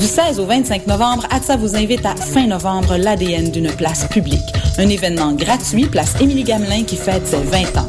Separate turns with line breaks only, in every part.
Du 16 au 25 novembre, ATSA vous invite à fin novembre l'ADN d'une place publique, un événement gratuit, place Émilie Gamelin qui fête ses 20 ans.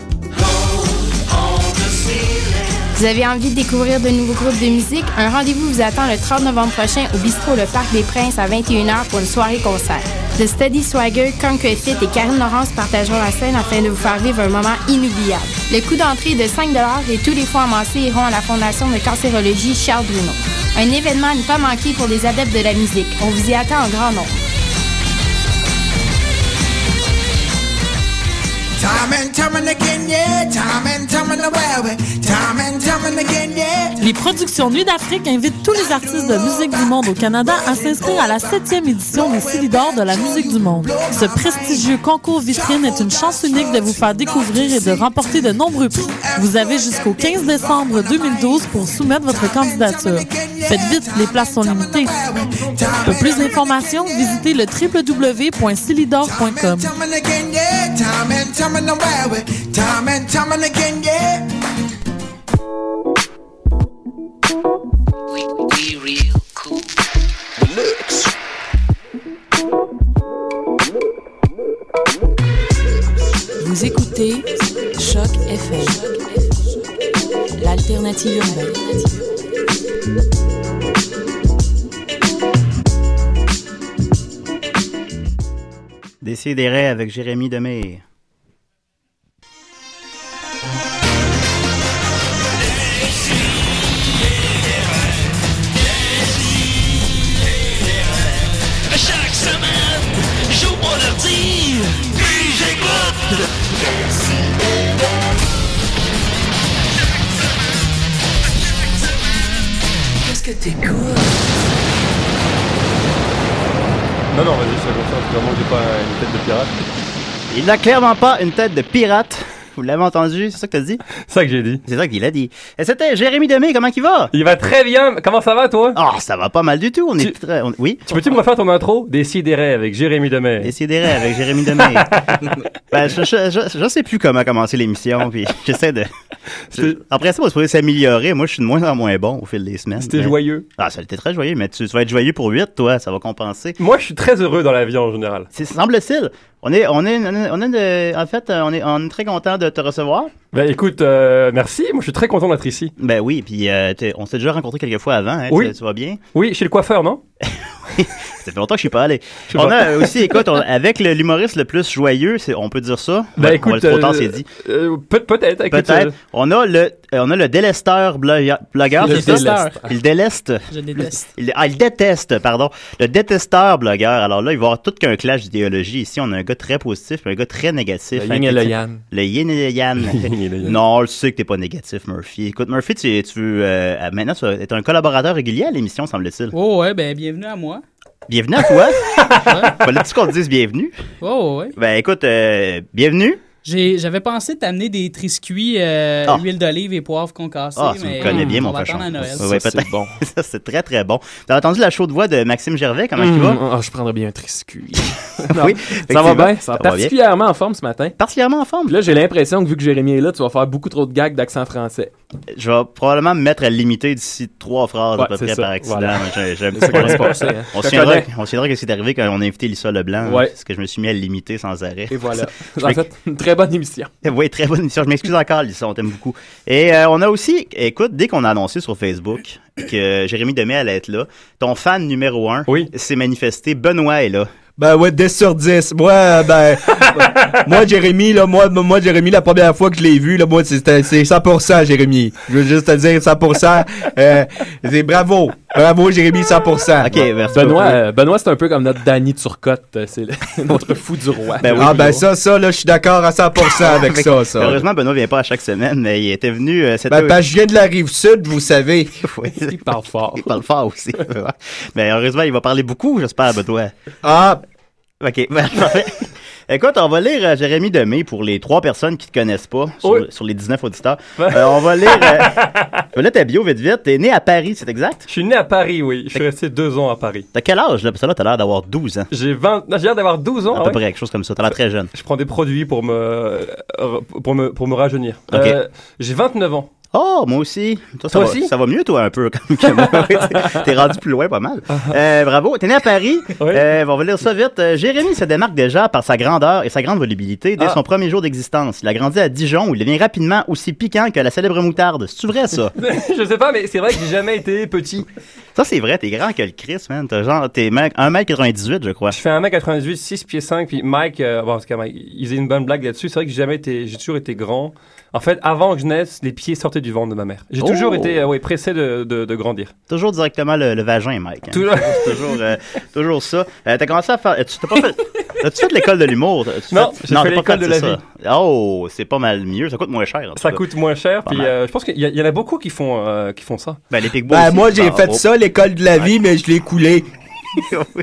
Vous avez envie de découvrir de nouveaux groupes de musique? Un rendez-vous vous attend le 30 novembre prochain au bistrot Le Parc des Princes à 21h pour une soirée concert. The Steady Swagger, Conquer Fit et Karine Laurence partageront la scène afin de vous faire vivre un moment inoubliable. Le coût d'entrée est de 5 et tous les fonds amassés iront à la Fondation de cancérologie Charles Bruno. Un événement à ne pas manquer pour les adeptes de la musique. On vous y attend en grand nombre.
Time and time and again, yeah. Time and time and away. Time and time and again, yeah.
Les productions Nuit d'Afrique invitent tous les artistes de musique du monde au Canada à s'inscrire à la 7e édition des Silidors de la musique du monde. Ce prestigieux concours vitrine est une chance unique de vous faire découvrir et de remporter de nombreux prix. Vous avez jusqu'au 15 décembre 2012 pour soumettre votre candidature. Faites vite, les places sont limitées. Pour plus d'informations, visitez le www.silidor.com.
Time and again, yeah. Time and time and away. Time and time and again, yeah.
We, we real cool.
Vous écoutez Choc FM, l'alternative urbaine.
Décidérez avec Jérémy Demey.
Chaque semaine, j'ouvre mon ordi, puis j'écoute. Qu'est-ce que t'écoutes?
Non, non, vas-y, c'est comme ça, parce que moi j'ai pas une tête de pirate.
Il n'a clairement pas une tête de pirate. Vous l'avez entendu, c'est ça que t'as dit?
C'est ça que j'ai dit.
C'est ça qu'il a dit. Et c'était Jérémy Demey, comment il va?
Il va très bien, comment ça va toi?
Ah, ça va pas mal du tout, on est très... on- Oui?
Tu peux-tu me refaire ton intro? Décidérez avec Jérémy Demey.
Décidérez avec Jérémy Demey. ben, je, je, je- je sais plus comment commencer l'émission, puis j'essaie de... je- Après ça, on va se trouver s'améliorer. Moi, je suis de moins en moins bon au fil des semaines.
C'était
mais-
joyeux.
Ah, ça a été très joyeux, mais tu, tu vas être joyeux pour 8, toi, ça va compenser.
Moi, je suis très heureux dans la vie en général.
C'est- Semble-t-il, on est, on est, on est, on est de- en fait, euh, on est, on est très content de te recevoir.
Ben écoute, euh, merci, moi je suis très content d'être ici.
Ben oui, puis euh, t'es- on s'est déjà rencontré quelques fois avant, hein,
Oui.
tu, tu vas bien.
Oui, chez le coiffeur, non?
Ça fait longtemps que je suis pas allé.
Je sais
On
pas.
a aussi, écoute, on- avec le- l'humoriste le plus joyeux, c'est- on peut dire ça.
Ben
Ouais, on va
écoute,
le- trop tard,
euh,
c'est dit.
euh, peut- peut-être, écoute,
Peut-être.
euh,
On a le, euh, on a le délesteur blogueur, blogueur,
Le
c'est ça?
délesteur.
Il déleste.
Je déteste.
Il, ah, il déteste, pardon. Le détesteur blogueur. Alors là, il va y avoir tout qu'un clash d'idéologie. Ici, on a un gars très positif et un gars très négatif.
Le yin et le yang.
Le yin et le yang.
yin et le yang.
non, je sais que t'es pas négatif, Murphy. Écoute, Murphy, tu, tu euh, maintenant, tu es un collaborateur régulier à l'émission, semble-t-il.
Oh ouais, ben bienvenue à moi.
Bienvenue à toi. Fallait-tu qu'on te dise bienvenue?
Oh ouais.
Ben écoute, euh, bienvenue.
J'ai- J'avais pensé t'amener des triscuits euh,
Ah.
huile d'olive et poivre concassés.
Ah, tu
mais
me connais bien,
on
mon
va
cochon.
attendre à Noël.
Ouais, ouais,
Ça,
peut-être.
c'est-
bon. Ça, c'est très, très bon. T'as entendu la chaude voix de Maxime Gervais, comment il va?
Ah, je prendrais bien un triscuit.
Ah Oui,
ça va bien.
effectivement.
Ça va
Ça va bien.
particulièrement en forme ce matin.
Particulièrement en forme.
Puis là, j'ai l'impression que vu que Jérémy est là, tu vas faire beaucoup trop de gags d'accent français.
je vais probablement me mettre à limiter d'ici trois phrases
Ouais,
à peu
c'est
près
ça,
par accident.
voilà.
J'ai- j'ai un petit
C'est ça qu'on va se
problème.
passer, hein. Je
On se
te
souviendra
connais.
que- on se souviendra que c'est arrivé quand on a invité Lisa Leblanc.
Ouais.
Parce que je me suis mis à limiter sans arrêt.
Et voilà.
Je
En
m'ex-
fait, une très bonne émission.
Oui, très bonne émission. Je m'excuse encore, Lisa, on t'aime beaucoup. Et euh, on a aussi, écoute, dès qu'on a annoncé sur Facebook que Jérémy Demey allait être là, ton fan numéro un s'est manifesté. Benoît est là.
Ben ouais, 10 sur 10. Moi, euh, ben, moi, Jérémy, là, moi, moi, Jérémy, la première fois que je l'ai vu, là, moi, c'était- c'est 100%, Jérémy. Je veux juste te dire 100%. Euh, c'est bravo. Bravo, Jérémy, 100%.
OK, merci
Benoît, euh, Benoît c'est un peu comme notre Danny Turcotte. euh, C'est le- notre fou du roi.
ah, ben, ça, ça, là, je suis d'accord à 100% avec ça, ça.
Ah, Heureusement, Benoît vient pas à chaque semaine, mais il était venu euh, cette
Ben, ben, je viens de la rive sud, vous savez.
Il parle fort. Il parle fort aussi. Mais heureusement, il va parler beaucoup, j'espère, Benoît.
Ah!
OK, ben, parfait. Écoute, on va lire euh, Jérémy Demé pour les trois personnes qui ne te connaissent pas, sur, sur les 19 auditeurs. Euh, on va lire... euh, je vais lire ta bio vite vite. T'es né à Paris, c'est exact?
Je suis né à Paris, oui. Je suis resté deux ans à Paris.
T'as quel âge, là? Parce que là, t'as l'air d'avoir 12 ans.
J'ai 20... non, j'ai l'air d'avoir 12 ans.
À
ah
peu
ouais?
près, quelque chose comme ça. T'as l'air très jeune.
Je prends des produits pour me, euh, pour me, pour me rajeunir.
Ok.
Euh, j'ai 29 ans.
Oh, moi aussi. Toi, ça,
Toi
va,
aussi?
ça va mieux, toi, un peu, comme que moi. Oui, t'es- T'es rendu plus loin, pas mal.
Uh-huh.
Euh, bravo. T'es né à Paris. Euh, on va lire ça vite. Euh, Jérémy se démarque déjà par sa grandeur et sa grande volubilité dès
Ah.
son premier jour d'existence. Il a grandi à Dijon où il devient rapidement aussi piquant que la célèbre moutarde. C'est vrai, ça?
je sais pas, mais c'est vrai que j'ai jamais été petit.
ça, c'est vrai. T'es grand que le Chris, man. T'as genre, t'es 1m98, je crois.
Je fais 1m98, 6 pieds 5, puis Mike, euh, bon, en tout cas, Mike, il faisait une bonne blague là-dessus. C'est vrai que j'ai jamais été, j'ai toujours été grand. En fait, avant que je naisse, les pieds sortaient du ventre de ma mère. J'ai
Oh.
toujours été, euh, ouais, pressé de, de, de grandir.
Toujours directement le, le vagin, Mike. hein.
Toujours.
toujours, euh, toujours ça. Euh, t'as commencé à faire. euh, Tu t'as pas fait. As-tu fait l'école de l'humour? As-tu
Non, j'ai fait
t'as
l'école de la
ça.
vie.
Oh, c'est pas mal mieux. Ça coûte moins cher. en tout
Ça
cas.
coûte moins cher,
Pas
puis
mal.
euh, je pense qu'il y, a- il y en a beaucoup qui font, euh, qui font ça.
Ben, les Pigbois
Ben,
aussi,
moi,
tu
j'ai
pars.
fait
Oh.
ça, l'école de la vie, mais je l'ai coulé.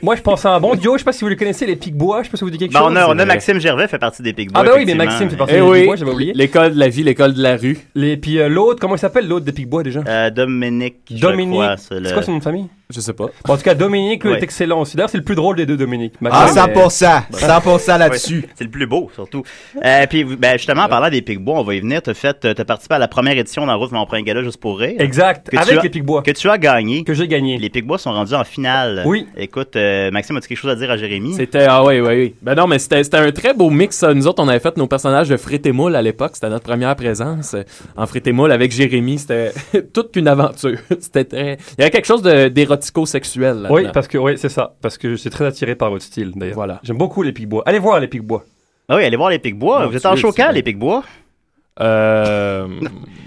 Moi, je pense à un bon duo. Je sais pas si vous le connaissez, les Pigbois. Je sais pas si vous dites quelque
Ben,
chose.
on a, on a Maxime Gervais fait partie des Pigbois.
Ah, ben oui, mais
effectivement.
Maxime fait partie
Eh
des
oui.
Pigbois, j'avais oublié. L'école de la vie, l'école de la rue. Et puis euh, l'autre, comment il s'appelle l'autre des Pigbois déjà
Euh, Dominique. je
Dominique.
crois,
C'est
le-
quoi son nom de famille Je sais pas. en tout cas, Dominique, lui,
Ouais.
est excellent aussi. D'ailleurs, c'est le plus drôle des deux, Dominique. euh,
Ah, 100%,
100% là-dessus.
C'est le plus beau, surtout. Euh, puis, ben, justement, en parlant des Pigbois, on va y venir. T'as fait, euh, t'as participé à la première édition d'En route, mais on prend un gala juste pour rire.
Exact,
Que tu
avec
as-
les Pigbois.
Que tu as gagné.
Que j'ai gagné.
Les Pigbois sont rendus en finale.
Oui.
Écoute, euh, Maxime, as-tu quelque chose à dire à Jérémy?
C'était, ah oui, oui, oui. Ben non, mais c'était c'était un très beau mix. ça. Nous autres, on avait fait nos personnages de Frit et Moule à l'époque. C'était notre première présence euh, en Frit et Moule avec Jérémy. C'était toute une aventure. C'était très... Il y avait quelque chose de- d'érotico-sexuel.
Oui,
parce que, oui, c'est ça. Parce que je suis très attiré par votre style, d'ailleurs. Voilà. J'aime beaucoup les Pigbois. Allez voir les Pigbois.
Ah oui, allez voir les Pigbois.
Mon
Vous êtes en
Dieu,
show
c'est
quand,
bien.
les Pigbois?
Euh...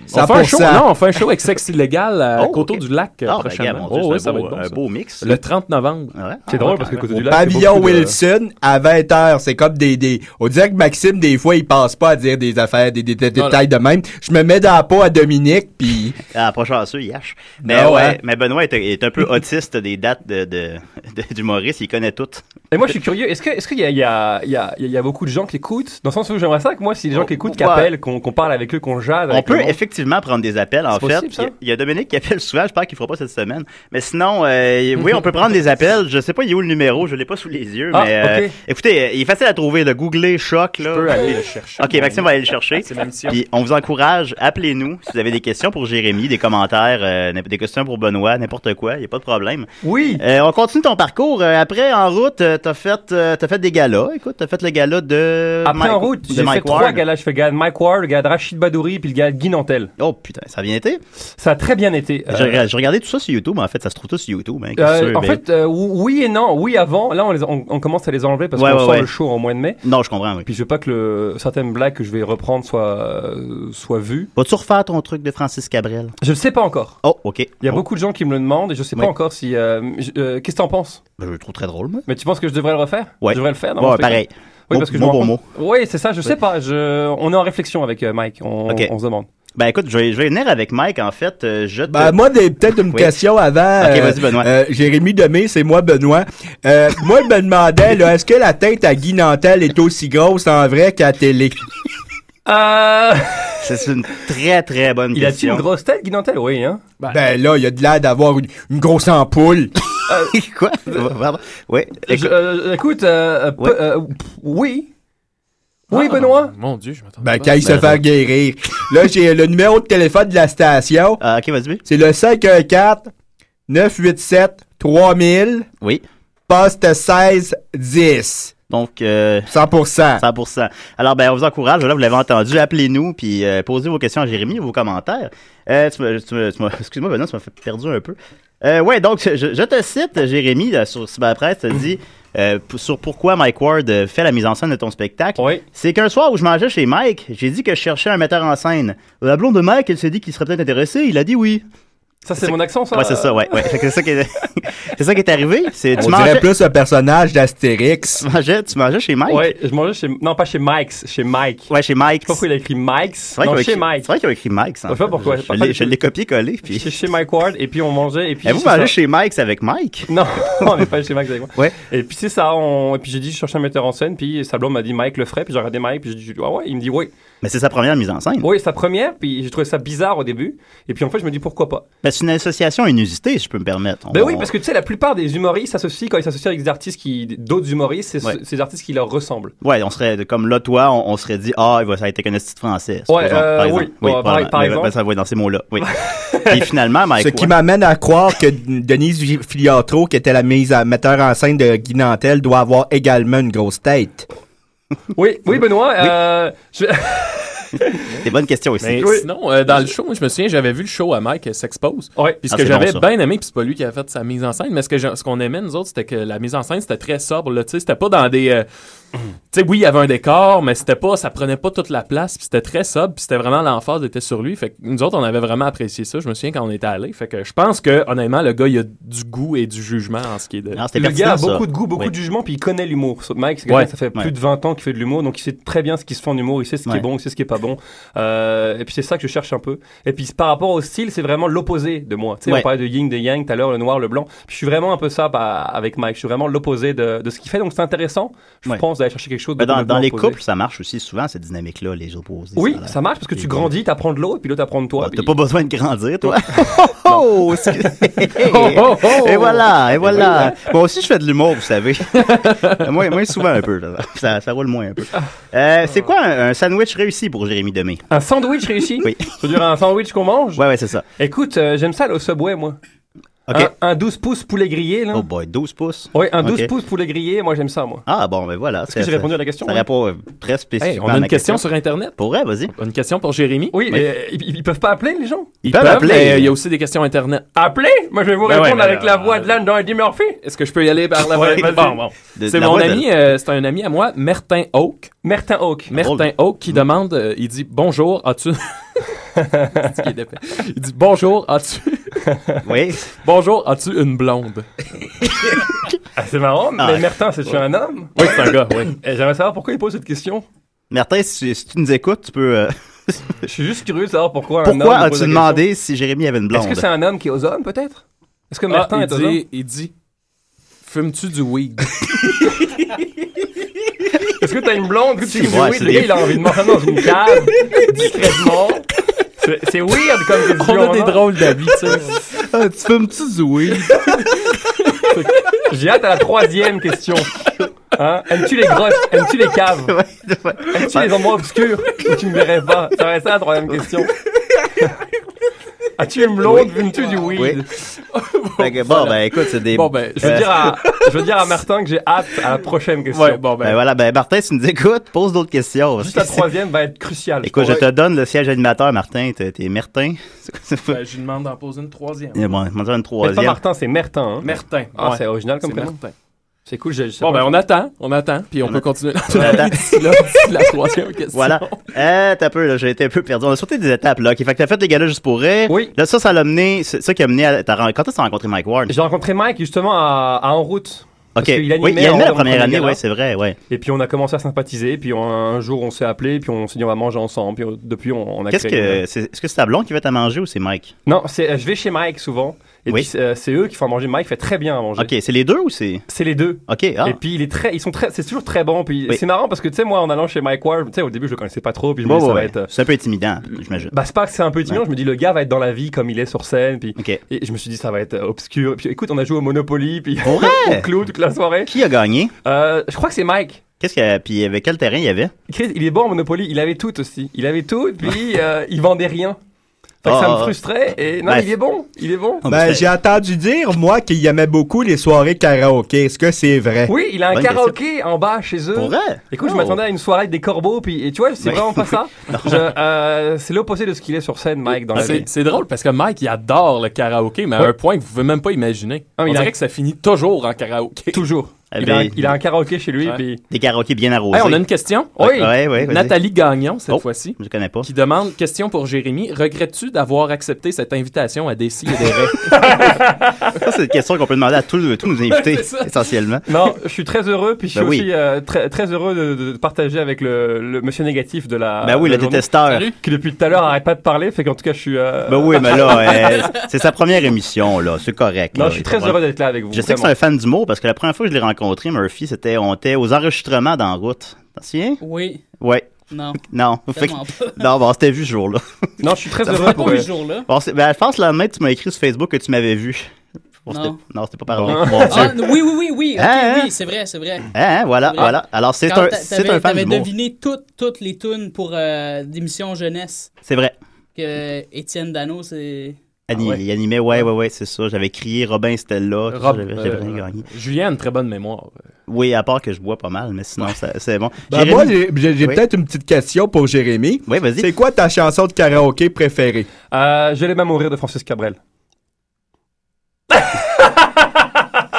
Ça
on fait un
pour
show,
ça.
non, on fait un show avec Sexe Illégal à
Oh, ok.
Coteau du Lac euh,
Ah, ben, gars,
prochainement.
mon
Oh,
Dieu, c'est
oui,
un
ça va
beau-
être bon,
un
ça.
beau mix.
Le 30 novembre. Ah, C'est drôle parce que Coteau du
Au
Lac. c'est
pavillon
beaucoup de-
Wilson, à 20h, c'est comme des, des... On dirait que Maxime, des fois, il passe pas à dire des affaires, des, des- des
Non,
détails de même. Je me mets dans la peau à Dominique, puis...
Ah, prochain à ceux, il hache. Mais,
Non,
Ah ouais,
hein.
mais Benoît est, est un peu autiste des dates de, de, de- du Maurice. Il connaît toutes.
Et moi, je suis curieux. Est-ce que- est-ce qu'il y, a- il y, a- il y a- il y a beaucoup de gens qui écoutent Dans le sens où j'aimerais ça que moi, si les gens qui écoutent, qui
Oh, ouais.
appellent, qu'on qu'on parle avec eux, qu'on jase.
On
avec
peut
le monde.
effectivement prendre des appels, en
C'est
fait.
possible, ça?
Il y a Dominique qui appelle souvent, je pense qu'il ne fera pas cette semaine. Mais sinon, euh, oui, on peut prendre des appels. Je sais pas, il est où le numéro, je l'ai pas sous les yeux.
Ah,
mais euh,
ok.
écoutez, euh, il est facile à trouver, le googler choc. Là. Je
peux aller le chercher.
OK, Maxime va aller le chercher.
C'est ma mission.
Puis on vous encourage, appelez-nous si vous avez des questions pour Jérémy, des commentaires, euh, n'importe- des questions pour Benoît, n'importe quoi, il n'y a pas de problème. Euh,
Oui.
on continue ton parcours. Euh, Après, en route, euh, t'as fait, euh, t'as fait des galas. Écoute, t'as fait le gala de
Après,
Mike-
en route,
de
j'ai fait
Mike
trois
Ward.
galas. Je fais le gala de Mike Ward, le gala de Rachid Badouri, puis le gala de Guy Nantel.
Oh putain, ça a bien été?
Ça a très bien été.
Je,
Euh,
regarde- je regardais tout ça sur YouTube, en fait. Ça se trouve tout sur YouTube. hein, qu'est-ce
euh,
que tu veux,
en
mais-
fait, euh, oui et non. Oui, avant. Là, on, les- on- on commence à les enlever parce
Ouais,
qu'on
ouais,
sort
ouais.
le show en mois de mai.
Non, je comprends, oui.
Puis je veux pas que le, certaines blagues que je vais reprendre soient, euh, soient vues.
Vas-tu refaire ton truc de Francis Cabrel?
Je ne sais pas encore.
Oh, ok.
Il y a beaucoup de gens qui me le demandent et je sais
Oui.
pas encore si. euh, je- euh, Qu'est-ce que t'en penses
Ben, je le trouve très drôle, moi.
Mais tu penses que je devrais le refaire
Ouais.
Je devrais le faire dans
Ouais,
mon spectacle?
pareil.
Oui,
Mot-
parce que
mot
je me
pour
rends compte- Oui, c'est ça, je sais pas. Je... On est en réflexion avec euh, Mike. On,
Ok.
on se demande.
Ben écoute, je vais, je vais venir avec Mike, en fait. euh, je te-
Ben, moi, des- peut-être une
Oui.
question avant.
Ok,
euh,
vas-y, Benoît.
euh, Jérémy Demé, c'est moi, Benoît. Euh, moi, je me demandais, là, est-ce que la tête à Guy Nantel est aussi grosse en vrai qu'à télé?
C'est une très, très bonne
euh, Il a-t-il
question.
une grosse tête, Guy Nantel Oui, hein
Ben là, il y a de l'air d'avoir une, une grosse ampoule.
Euh,
Quoi? Oui.
euh, Je- euh, écoute, euh, peu- euh, pff, oui.
Oui, Benoît?
Ah, Mon Dieu, je m'attends.
Ben, quand il se
Ben,
fait guérir. Là, j'ai le numéro de téléphone de la station.
Ah, ok, vas-y.
C'est le 514-987-3000.
Oui.
Poste 1610.
Donc, euh,
100%.
100%. Alors, ben, on vous encourage. Là, vous l'avez entendu. Appelez-nous, puis euh, posez vos questions à Jérémy, vos commentaires. Euh, tu me- tu me- tu m'as- excuse-moi, Benoît, tu m'as fait perdu un peu. Euh, ouais, donc, je, je te cite, Jérémy, là, sur Cyberpresse, tu dit euh, p- sur pourquoi Mike Ward euh, fait la mise en scène de ton spectacle. C'est qu'un soir où je mangeais chez Mike, j'ai dit que je cherchais un metteur en scène. La blonde de Mike, elle s'est dit qu'il serait peut-être intéressé. Il a dit oui.
Ça, c'est mon accent, ça?
Ouais, c'est ça, ouais. ouais. Fait que C'est ça, qui est- c'est ça qui est arrivé. C'est,
On
tu
dirait
mangeais-
plus un personnage d'Astérix.
mangeais- tu mangeais chez Mike?
Ouais, je mangeais chez. Non, pas chez Mike's, chez Mike.
Ouais, chez Mike. Je sais
pas pourquoi il a écrit Mike's.
C'est vrai
Non,
qu'ils ont
chez
écrit-
Mike.
C'est vrai qu'ils ont écrit Mike. ça, en
Je sais pas
fait.
pourquoi, je sais
Je
pas
l'ai-
du
je
tout.
l'ai copié-collé. Puis...
Chez, chez Mike Ward, et puis on mangeait. Et puis
Et vous
c'est ça.
mangez chez Mike's avec Mike?
Non, on n'est pas chez Mike avec moi.
Ouais.
Et puis c'est ça, on... et puis j'ai dit, je cherche un metteur en scène, puis sa blonde m'a dit Mike le ferait, puis j'ai regardé Mike, puis j'ai dit, ah ouais, il me dit oui.
Mais c'est sa première mise en scène.
Oui, c'est sa première, puis j'ai trouvé ça bizarre au début, et puis en fait, je me dis pourquoi pas.
Ben, c'est une association inusitée, si je peux me permettre. On-
Ben oui,
on-
parce que tu sais, la plupart des humoristes s'associent, quand ils s'associent avec des artistes qui. d'autres humoristes, c'est
Ouais.
c'est des artistes qui leur ressemblent.
Ouais, on serait, comme là, toi, on, on serait dit, ah, il va- ça a été qu'un esti de français.
Ouais,
supposons,
euh,
par
oui.
exemple.
Ouais, par-
probablement.
par
Mais-
exemple.
ben, ça va être dans ces mots-là, oui. Puis finalement, Mike. Ben,
Ce qui
Ward-
m'amène à croire que Denise Filiatro, qui était la mise à metteur en scène de Guy Nantel, doit avoir également une grosse tête.
Oui, oui, Benoît, euh, je-
Des bonnes questions ici.
Mais
Oui.
sinon, euh, dans le show, moi, je me souviens, j'avais vu le show à Mike euh, s'expose.
Ouais.
Puis ce
Ah,
que
c'est
j'avais
bon, ça.
bien aimé, puis c'est pas lui qui a fait sa mise en scène, mais ce que j'ai- ce qu'on aimait, nous autres, c'était que la mise en scène, c'était très sobre. là, tu sais, C'était pas dans des. euh,
Mm.
tu sais, oui, il y avait un décor, mais c'était pas, ça prenait pas toute la place, puis c'était très sobre, puis c'était vraiment l'emphase était sur lui. Fait que nous autres, on avait vraiment apprécié ça. Je me souviens quand on était allés. Fait que je pense que, honnêtement, le gars, il a du goût et du jugement en ce qui est de.
Non, c'était
Le gars a
pertinent, ça.
beaucoup de goût, beaucoup
Oui.
de jugement, puis il connaît l'humour. So- Mike, c'est quelqu'un
Ouais.
que ça fait plus
Ouais.
de 20 ans qu'il fait de l'humour, donc il sait très bien ce qui se fait en humour, il sait ce qui
Ouais.
est bon, il sait ce qui est pas bon. Euh, et puis c'est ça que je cherche un peu. Et puis par rapport au style, c'est vraiment l'opposé de moi. Tu sais,
Ouais.
on parlait de yin, de yang, tout à l'heure, le noir, le blanc. Puis je suis vraiment un peu ça bah, avec Mike. Je suis vraiment l'opposé de, de ce qu'il fait, donc c'est intéressant. Je
Ouais.
pense d'aller chercher quelque chose de
Ben, dans,
complètement
dans les
opposé.
couples, ça marche aussi souvent, cette dynamique-là, les opposés.
Oui,
a l'air.
ça marche parce que tu
Et-
grandis, t'apprends de l'autre, puis l'autre apprend de toi.
Bon,
puis-
Bah, T'as pas besoin de grandir, toi. Oh, excuse-
oh, oh!
Et voilà, et voilà. Moi aussi, je fais de l'humour, vous savez. moi, moi, souvent un peu. là. Ça, ça roule moins un peu. Euh, c'est quoi un, un sandwich réussi pour Jérémy Demé?
Un sandwich réussi
Oui.
Je veux dire, un sandwich qu'on mange
Ouais, ouais, c'est ça.
Écoute, euh, j'aime ça, le subway, moi.
OK.
Un, un 12 pouces poulet grillé, là.
Oh boy, 12 pouces.
Oui, un 12
Ok.
pouces poulet grillé, moi j'aime ça, moi.
Ah, bon, ben voilà.
Est-ce que j'ai répondu à la question,
Ça
ouais?
répond euh, très spécifiquement
Hey, on a
à ma
une question sur Internet.
Pourrait, vas-y.
Une question pour Jérémy.
Oui, mais euh, ils, ils peuvent pas appeler, les gens
Ils
peuvent
peuvent,
appeler.
mais il y a aussi des questions Internet.
Appeler Moi, je vais vous
Ben ouais,
répondre
mais
avec la
là,
voix de l'âne dans Eddie Murphy.
Est-ce que je peux y aller par la
Ouais, vas-y.
Bon, bon.
De-
C'est
la
mon
voix de-
ami, euh, c'est un ami à moi, Mertin Hawk.
Mertin Hawk.
Mertin Hawk
Mm.
qui demande, euh, il dit bonjour, as-tu. C'est qui est épais. il dit bonjour, as-tu.
Oui.
Bonjour, as-tu une blonde?
Ah, c'est marrant,
Ah,
mais Mertin, c'est-tu un homme
Oui, c'est un gars, oui.
Et Eh, J'aimerais savoir pourquoi il pose cette question.
Martin, si, si tu nous écoutes, tu peux. euh,
Je suis juste curieux de savoir pourquoi, un homme.
Pourquoi
lui pose
as-tu
la
demandé si Jérémy avait une
question.
blonde?
Est-ce que c'est un homme qui est aux hommes, peut-être Est-ce que Mertin
Ah,
est
il,
aux hommes
dit, il dit Fumes-tu du weed?
Est-ce que t'as une blonde que tu dis
ouais,
oui,
c'est
le gars,
des-
il a envie de manger dans une cave, discrètement. C'est- C'est weird comme question.
On a des
hein?
drôles d'habits, tu sais.
Ah, tu fumes-tu du weed?
J'ai hâte à la troisième question. Hein? Aimes-tu les grottes Aimes-tu les caves Aimes-tu les endroits obscurs où tu me verrais pas Ça va être ça la troisième question. As-tu une blonde Aimes-tu du weed
Oui. Fait que, bon, ben écoute, c'est des.
Bon, ben,
Je veux, dire à, je veux dire à Martin que j'ai hâte à la prochaine question.
ouais, bon, ben.
Ben voilà, ben Martin, si tu nous écoutes, pose d'autres questions.
Juste la troisième va être cruciale.
Écoute, je
crois.
te donne le siège animateur, Martin. T'es t'es Mertin. C'est quoi ça?
Ben, je lui demande d'en poser une troisième.
Eh, Bon, on
Mais
dirait une
c'est pas
troisième.
Martin, c'est Mertin. hein.
Mertin.
Ah,
ouais.
c'est original comme
C'est
prénom.
Mertin.
C'est cool. Je, je sais
Bon,
pas.
ben, on attend, on attend, puis on, peut continuer.
On attend.
D'ici là, d'ici la troisième question.
Voilà. Euh, t'as peu, là, j'ai été un peu perdu. On a sauté des étapes, là. OK, fait que t'as fait des galas juste pour rire.
Oui.
Là, ça, ça l'a mené. C'est ça qui a mené à. t'as ren- Quand est-ce que t'as rencontré Mike Ward?
J'ai rencontré Mike justement à, à En route.
OK.
Parce qu'il animait
oui, il animait
En-
la
en première
première année,
année,
ouais,
là.
c'est vrai, ouais.
Et puis on a commencé à sympathiser. Puis on- un jour on s'est appelé. Puis on s'est dit on va manger ensemble. Puis on- depuis on, on a
Qu'est-ce
créé une-
que. c'est- Est-ce que c'est ta blonde qui va t'a manger ou c'est Mike?
Non, c'est, euh, je vais chez Mike souvent. Et
Oui.
puis euh, c'est eux qui font à manger. Mike fait très bien à manger.
OK, c'est les deux ou c'est.
C'est les deux.
OK, ah.
Et puis il est très, ils sont très, c'est toujours très bon. Puis
Oui.
c'est marrant parce que tu sais moi en allant chez Mike Ward, tu sais au début je le connaissais pas trop. Puis je me
Bon,
dis ça
ouais,
va
ouais.
être. euh,
C'est un peu intimidant, j'imagine.
Bah c'est pas que c'est un peu timide.
Ouais.
Je me dis le gars va être dans la vie comme il est sur scène. Puis
OK.
et je me suis dit ça va être euh, obscur. Puis écoute on a joué au Monopoly. Puis
Ouais!
on cloue toute la soirée.
Qui a gagné?
Euh, je crois que c'est Mike.
Qu'est-ce qu'il y a- Puis avec quel terrain il y avait
Chris, il est bon en Monopoly. Il avait tout aussi. Il avait tout, puis euh, il vendait rien. Fait que
Ah,
ça me
ah.
frustrait. Et non,
Ben,
il est bon. Il est bon.
Ah,
Ben, j'ai entendu dire, moi, qu'il aimait beaucoup les soirées karaoké. Est-ce que c'est vrai?
Oui, il a un karaoké en bas chez eux.
Pour vrai?
Écoute, je
Oh.
m'attendais à une soirée avec des corbeaux, puis et tu vois, c'est
Ouais.
vraiment pas ça. Je- euh, c'est l'opposé de ce qu'il est sur scène, Mike, dans la
Ah, C'est
vie.
c'est drôle parce que Mike, il adore le karaoké, mais à
Ouais.
un point que vous pouvez même pas imaginer.
Ah, mais
On
il a-
dirait que ça finit toujours en karaoké.
Toujours. Il a, il a un karaoké chez lui, puis
Des karaokés bien arrosés.
Hey, on a une question.
Oui. Ouais, ouais, vas-y.
Nathalie Gagnon, cette
Oh,
fois-ci.
Je connais pas.
Qui demande, question pour Jérémy, regrettes-tu d'avoir accepté cette invitation à Décis et des
Ça, c'est une question qu'on peut demander à tous, tous nos invités,
C'est ça.
essentiellement.
Non, je suis très heureux, puis je suis
Ben oui.
aussi euh, très, très heureux de, de- de partager avec le, le monsieur négatif de la.
Ben oui,
de la
le
journée,
détesteur.
Qui depuis tout à l'heure arrête pas de parler, fait qu'en tout cas, je suis. euh,
Ben oui, mais là, euh, c'est sa première émission, là. C'est correct.
Non,
là,
je suis très
comprends.
heureux d'être là avec vous,
Je sais que c'est
vraiment.
un fan d'humour parce que la première fois que je l'ai rencontré, Murphy, c'était, on était aux enregistrements d'En route. T'en souviens?
Oui.
Ouais.
Non.
Non. Fait que-
Tellement pas.
non, bon, on s'était vu ce jour-là.
Non, je suis très
Ça
heureux
va
pour euh,
pas
eux.
vu
ce jour-là.
Bon, c'est- ben, je pense que le lendemain, tu m'as écrit sur Facebook que tu m'avais vu. On
Non.
s'était- Non, c'était pas parlé.
Ah,
Mon Dieu.
oui, oui, oui, oui. ok,
Hein, hein?
oui, c'est vrai, c'est vrai.
Hein, hein, voilà,
C'est vrai.
voilà. Alors, c'est
Quand
un-
t'a-
c'est
t'avais-
un fan
T'avais
d'humour.
deviné toutes, toutes les tunes pour euh, d'émissions jeunesse.
C'est vrai.
Que euh, Étienne Dano, c'est.
Ani-
Ah ouais.
Il animait, ouais, ouais, ouais, c'est ça. J'avais crié Robin Stella.
Rob-
J'avais
euh,
j'avais rien gagné.
Julien a une très bonne mémoire.
Oui, à part que je bois pas mal, mais sinon, ça- c'est bon.
Ben,
Jérémy-
moi, j'ai j'ai- j'ai
Oui.
peut-être une petite question pour Jérémy.
Oui, vas-y.
C'est quoi ta chanson de karaoké préférée?
Euh, je l'aime à mourir de Francis Cabrel.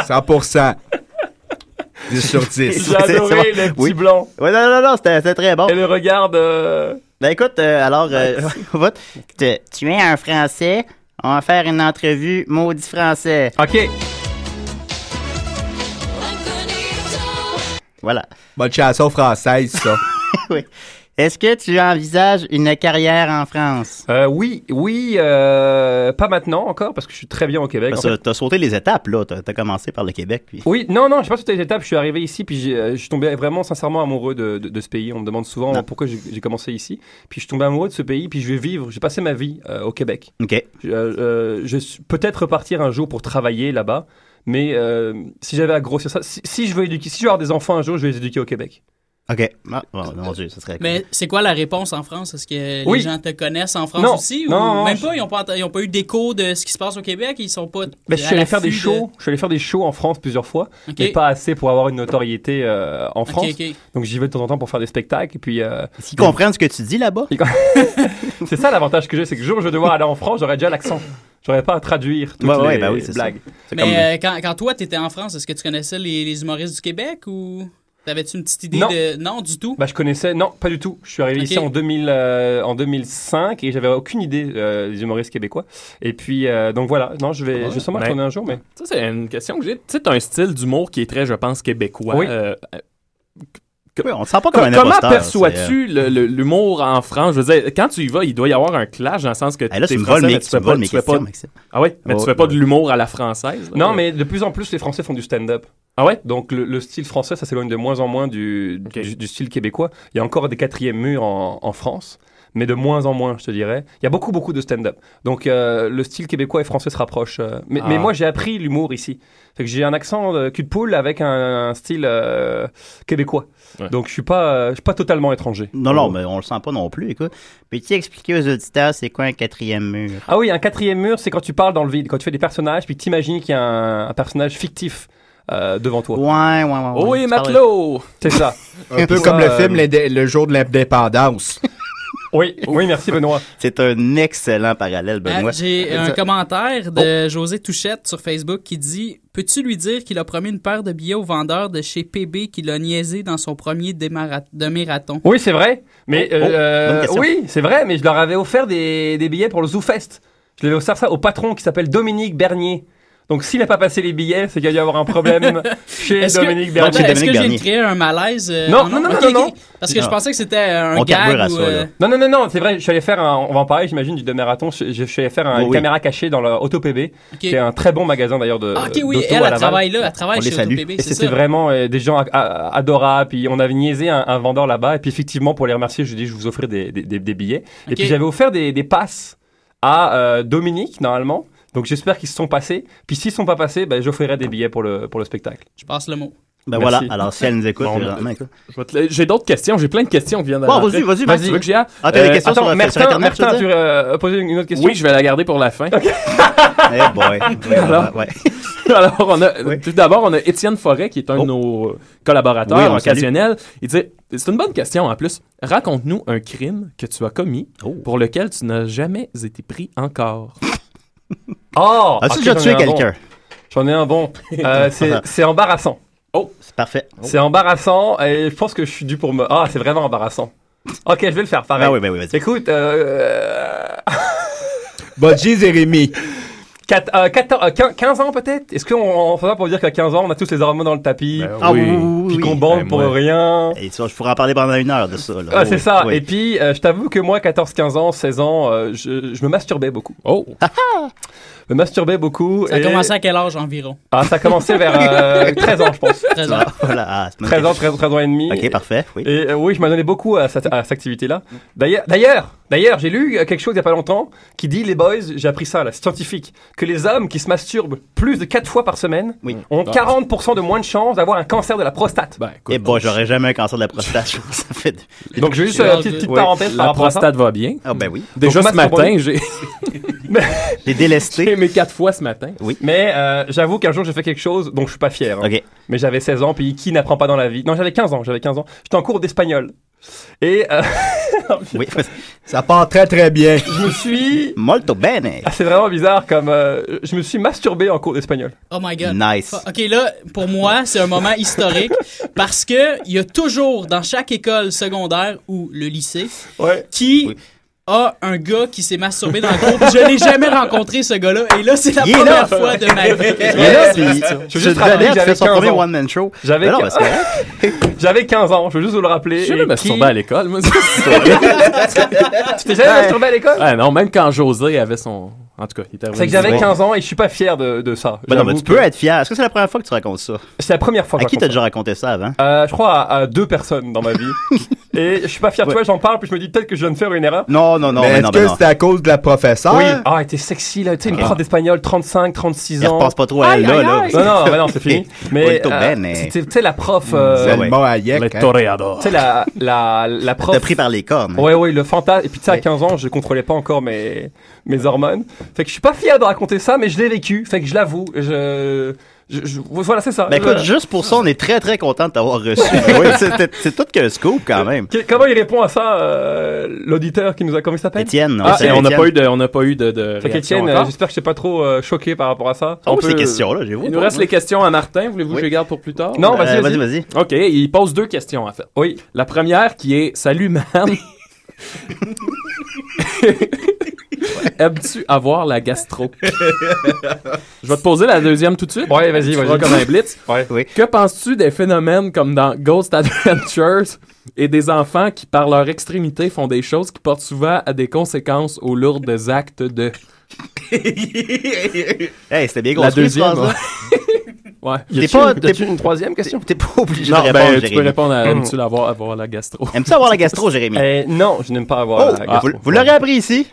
100%. 10 sur 10.
J'ai adoré le petit
Oui.
blanc.
Ouais, non, non, non, c'était c'était très bon.
Et le regard de.
Ben écoute, euh, alors, euh, on va- tu- tu es un Français, on va faire une entrevue maudit Français.
OK.
Voilà.
Bonne chanson française, ça.
oui. Est-ce que tu envisages une carrière en France?
Euh, oui, oui, euh, pas maintenant encore, parce que je suis très bien au Québec. Ben, en fait.
Ben, T'as sauté les étapes, là. T'as as commencé par le Québec, puis...
Oui, non, non, je sais pas sur les étapes. Je suis arrivé ici, puis j'ai, euh, je suis tombé vraiment sincèrement amoureux de, de- de ce pays. On me demande souvent
Ah.
pourquoi j'ai, j'ai commencé ici. Puis je suis tombé amoureux de ce pays, puis je vais vivre. J'ai passé ma vie euh, au Québec.
OK.
Je, euh, euh, je suis peut-être repartir un jour pour travailler là-bas, mais euh, si j'avais à grossir ça, si, si je veux éduquer, si je veux avoir des enfants un jour, je vais les éduquer au Québec.
OK. Ah, bon, mon Dieu, ça serait...
Mais c'est quoi la réponse en France? Est-ce que
Oui.
les gens te connaissent en France
Non.
aussi?
Non,
ou
non,
même
je-
pas, ils n'ont pas, ent- ils ont pas eu d'écho de ce qui se passe au Québec? Ils sont pas.
Ben, je suis
à
allé faire
l'affût
des
de-
shows. Je suis allé faire des shows en France plusieurs fois,
Ok.
mais pas assez pour avoir une notoriété euh, en France.
ok.
Donc j'y vais de temps en temps pour faire des spectacles. Et puis euh,
Ils comprennent ce que tu dis là-bas?
c'est ça l'avantage que j'ai, c'est que le jour où je vais devoir aller en France, j'aurai déjà l'accent. J'aurais pas à traduire toutes
Ouais, ouais,
les
ben oui, c'est
blagues.
ça.
Mais euh, quand, quand toi, tu étais en France, est-ce que tu connaissais les, les humoristes du Québec ou t'avais-tu une petite idée
Non.
de. Non, du tout.
Bah, je connaissais, non, pas du tout. Je suis arrivé
Ok.
ici en, 2000, euh, en 2005 et j'avais aucune idée euh, des humoristes québéis. Et puis, euh, donc voilà, non,
Ah
je vais, je vais sûrement
Ben,
tourner un jour, mais.
Ça, c'est une question que j'ai. Tu sais, t'as un style d'humour qui est très, je pense, québécois.
Oui.
Euh, euh, que-
on sent pas comme un
Comment
imposteur, euh,
perçois-tu le- le- l'humour en France? Je veux dire, quand tu y vas, il doit y avoir un clash dans le sens que
Ah, là,
t'es
tu me
français,
voles mes-
mais
tu
fais
me
pas-
voles mes
fais pas-
questions, Maxime.
Ah ouais? Mais
Oh,
tu fais pas de l'humour à la française? là.
Non, mais de plus en plus, les Français font du stand-up.
Ah ouais?
Donc le, le style français, ça s'éloigne de moins en moins du, du, du style québécois. Il y a encore des quatrièmes murs en, en France, mais de moins en moins, je te dirais. Il y a beaucoup, beaucoup de stand-up. Donc euh, le style québécois et français se rapprochent. euh, mais,
Ah.
mais moi, j'ai appris l'humour ici. Fait que j'ai un accent euh, cul de poule avec un, un style euh, québécois.
Ouais.
Donc je suis pas, euh, je suis pas totalement étranger.
Non, non, mais on le sent pas non plus, écoute. Peux-tu expliquer aux auditeurs c'est quoi un quatrième mur?
Ah oui, un quatrième mur, c'est quand tu parles dans le vide, quand tu fais des personnages, puis que t'imagines qu'il y a un, un personnage fictif euh, devant toi.
Ouais, ouais, ouais.
Oh oui, Matelot!
C'est ça.
Un peu
Ça,
comme le
euh,
film l'indé- Le jour de l'indépendance.
Oui, oui, merci Benoît.
C'est un excellent parallèle,
Ben,
Ah,
Benoît.
J'ai un commentaire
Oh.
de José Touchette sur Facebook qui dit Peux-tu lui dire qu'il a promis une paire de billets au vendeur de chez PB qu'il a niaisé dans son premier démara- demi-marathon
Oui, c'est vrai. Mais
Oh, oh,
euh,
bonne question.
oui, c'est vrai. Mais je leur avais offert des, des billets pour le ZooFest. Je l'avais offert ça au patron qui s'appelle Dominique Bernier. Donc s'il n'a pas passé les billets, c'est qu'il y a dû avoir un problème chez
Est-ce que-
Dominique
Attends,
Bernier.
Est-ce que j'ai créé un malaise euh,
Non,
en-
non, non,
Ok,
non,
ok.
non.
Parce que je
Non.
pensais que c'était un gag ou, euh,
Non, non, non, non, c'est vrai, je suis allé faire un, on va en parler, j'imagine, du demi-marathon. Je, je suis allé faire un-
Oui,
une
oui.
caméra cachée dans le Auto PB, qui est un très bon magasin d'ailleurs de.
Ah, ok, oui,
d'auto
elle,
à
elle
Laval.
travaille là, elle travaille
On les
chez Auto
salue.
PB,
Et
c'est
c'était
ça.
vraiment euh, des gens a- a- adorables, puis on avait niaisé un, un vendeur là-bas, et puis effectivement, pour les remercier, je lui ai dit, je vous offrir des, des, des- des billets. Et
Ok.
puis j'avais offert des, des passes à euh, Dominique, normalement. Donc j'espère qu'ils se sont passés. Puis s'ils ne sont pas passés, ben, j'offrirai des billets pour le, pour le spectacle.
Je passe le mot.
Ben
Merci.
voilà, alors si elle nous écoute, euh,
Bon, ben,
évidemment, écoute.
je vais te la- J'ai d'autres questions. J'ai plein de questions qui viennent
Bon,
d'arriver.
vas-y, Bah, vas-y, Max,
Tu
vas-y.
veux que j'y aille?
Ah, t'as des questions
attends,
sur- sur
Mertin,
Internet,
Mertin,
tu veux
tu
dire?
veux euh, poser une autre question? Oui, je vais la garder pour la fin.
Eh boy.
Alors, alors, on a, tout d'abord, on a Étienne Forêt, qui est un de nos euh, collaborateurs
Oh. Oui, on le salue.
occasionnels. Il dit C'est une bonne question en plus. Raconte-nous un crime que tu as commis
Oh.
pour lequel tu n'as jamais été pris encore.
Ah,
Oh! ok,
As-tu déjà
j'en ai
tué
un bon.
quelqu'un?
J'en ai un bon. Euh, c'est-
Ah.
c'est embarrassant.
Oh!
C'est parfait.
C'est embarrassant et je pense que je suis dû pour me. Ah, c'est vraiment embarrassant. Ok, je vais le faire pareil.
Ah oui, ben oui, vas-y.
Écoute, euh,
Bodji Jérémy.
Quat- euh, 14, euh, 15, 15 ans peut-être Est-ce qu'on on fait ça pour dire qu'à 15 ans, on a tous les hormones dans le tapis
Ah oui, oui, oui,
Puis
oui.
qu'on bande
Ben,
pour
moi.
rien
Et ça, je pourrais en parler pendant une heure de ça. là.
Ah,
Oui,
c'est ça.
oui.
Et puis, euh, je t'avoue que moi, 14, 15 ans, 16 ans, euh, je, je me masturbais beaucoup.
Oh
Je me masturbais beaucoup.
Ça a
et-
commencé à quel âge environ?
Ah, ça a commencé Euh, vers euh, 13 ans, je pense.
13 ans.
Voilà, ah, c'est
13 ans, 13, 13 ans et demi.
Ok, parfait, oui.
Et euh, oui, je m'adonnais beaucoup à cette, à cette activité-là. D'ailleurs, d'ailleurs, d'ailleurs, j'ai lu euh, quelque chose il n'y a pas longtemps qui dit, les boys, j'ai appris ça, là, c'est scientifique, que les hommes qui se masturbent plus de 4 fois par semaine ont
Ah.
40% de moins de chances d'avoir un cancer de la prostate.
Eh boy, j'aurais jamais un cancer de la prostate. je pense que ça fait de-
Donc, je vais juste faire une petite- petite parenthèse par
La
rapport à ça.
prostate va bien.
Ah, ben oui.
Déjà
Donc,
ce matin,
masturbons-nous.
j'ai.
j'ai délesté.
mes quatre fois ce matin.
Oui.
Mais euh, j'avoue qu'un jour j'ai fait quelque chose dont je suis pas fier. hein. Mais j'avais 16 ans, puis qui n'apprend pas dans la vie Non, j'avais 15 ans, j'avais 15 ans. J'étais en cours d'espagnol. Et euh,
oui,
ça part très très bien.
Je me suis
molto bene.
Ah, c'est vraiment bizarre comme euh, je me suis masturbé en cours d'espagnol.
Oh my god.
Nice.
Ok, là, pour moi, c'est un moment historique parce que il y a toujours dans chaque école secondaire ou le lycée qui a un gars qui s'est masturbé dans le cours. puis Je n'ai jamais rencontré ce gars-là et là, c'est la
Il est
première
là.
fois de ma vie. que je
Il est là,
fais
puis-
ça.
Je veux juste rappeler que j'avais son premier one-man show.
J'avais
Mais Ben non, mais c'est
J'avais 15 ans, je veux juste vous le rappeler.
Je me
Et
masturbé
qui-
à l'école, moi.
tu t'es jamais masturbé à l'école
Ah non, même quand José avait son. En tout cas, il était
C'est que
revenu.
j'avais 15 ans et je suis pas fier de, de ça.
Ben non, mais
J'avoue
tu peux être fier. Est-ce que c'est la première fois que tu racontes ça?
C'est la première fois
À
que je
qui
raconte
t'as
ça.
déjà raconté ça avant?
Euh, je crois à, à deux personnes dans ma vie. et je suis pas fier, tu vois, j'en parle, puis je me dis peut-être que je viens de faire une erreur.
Non, non, non,
Mais
mais
est-ce
non,
que
mais non.
c'est à cause de la professeure?
Oui. Ah, elle était sexy, là. Tu sais, une
Ah.
prof d'espagnol, 35, 36
Elle
ans.
repense pas trop à elle, là, là.
Non, non, mais non, c'est fini. Mais.
Molto
euh,
bene.
C'était, tu sais, la prof. euh,
Zelma Hayek, Le hein. toreador.
Tu sais, la, la, la prof.
T'as pris par les cornes.
Ouais, ouais, le fantasme. Et puis, tu sais, à 15 ans, je contrôlais pas encore mes, mes hormones. Fait que je suis pas fier de raconter ça, mais je l'ai vécu. Fait que je l'avoue. Je. je- je- voilà, c'est ça.
Ben écoute,
Je-
juste pour ça, on est très très content de t'avoir reçu. Ben oui, c'est- c'est tout qu'un scoop quand même.
Que- Comment il répond à ça, euh, l'auditeur qui nous a. Comment il s'appelle
Étienne, on
Ah,
salue
et on n'a
Étienne.
pas eu de, Euh, on n'a pas eu de, de
Fait
réaction
qu'Étienne, euh,
encore.
j'espère que je t'ai pas trop euh, choqué par rapport à ça.
On
On
peut-
peut-
Il nous reste les questions à Martin. Voulez-vous que je les garde pour plus tard?
Non,
Ben,
vas-y, Euh, vas-y,
OK, il pose deux questions, en fait.
Oui.
La première qui est « Salut, man! Aimes-tu avoir la gastro? » Je vais te poser la deuxième tout de suite.
Ouais, vas-y,
Tu
vas-y.
feras comme un blitz.
Oui.
Que penses-tu des phénomènes comme dans Ghost Adventures et des enfants qui, par leur extrémité, font des choses qui portent souvent à des conséquences aux lourdes actes de...
Hey, c'était bien
La
construit,
deuxième,
ce phrase-là.
Ouais.
T'es pas- t'es-
une troisième question?
T'es pas obligé
Non,
de
ben,
répondre,
tu peux
Jérémy.
répondre à- aimes-tu
Mm.
l'avoir- avoir la gastro?
Aimes-tu avoir la gastro, Jérémy?
Euh, non, je n'aime pas avoir
Oh,
la
ah,
gastro.
vous- vous l'aurez appris ici.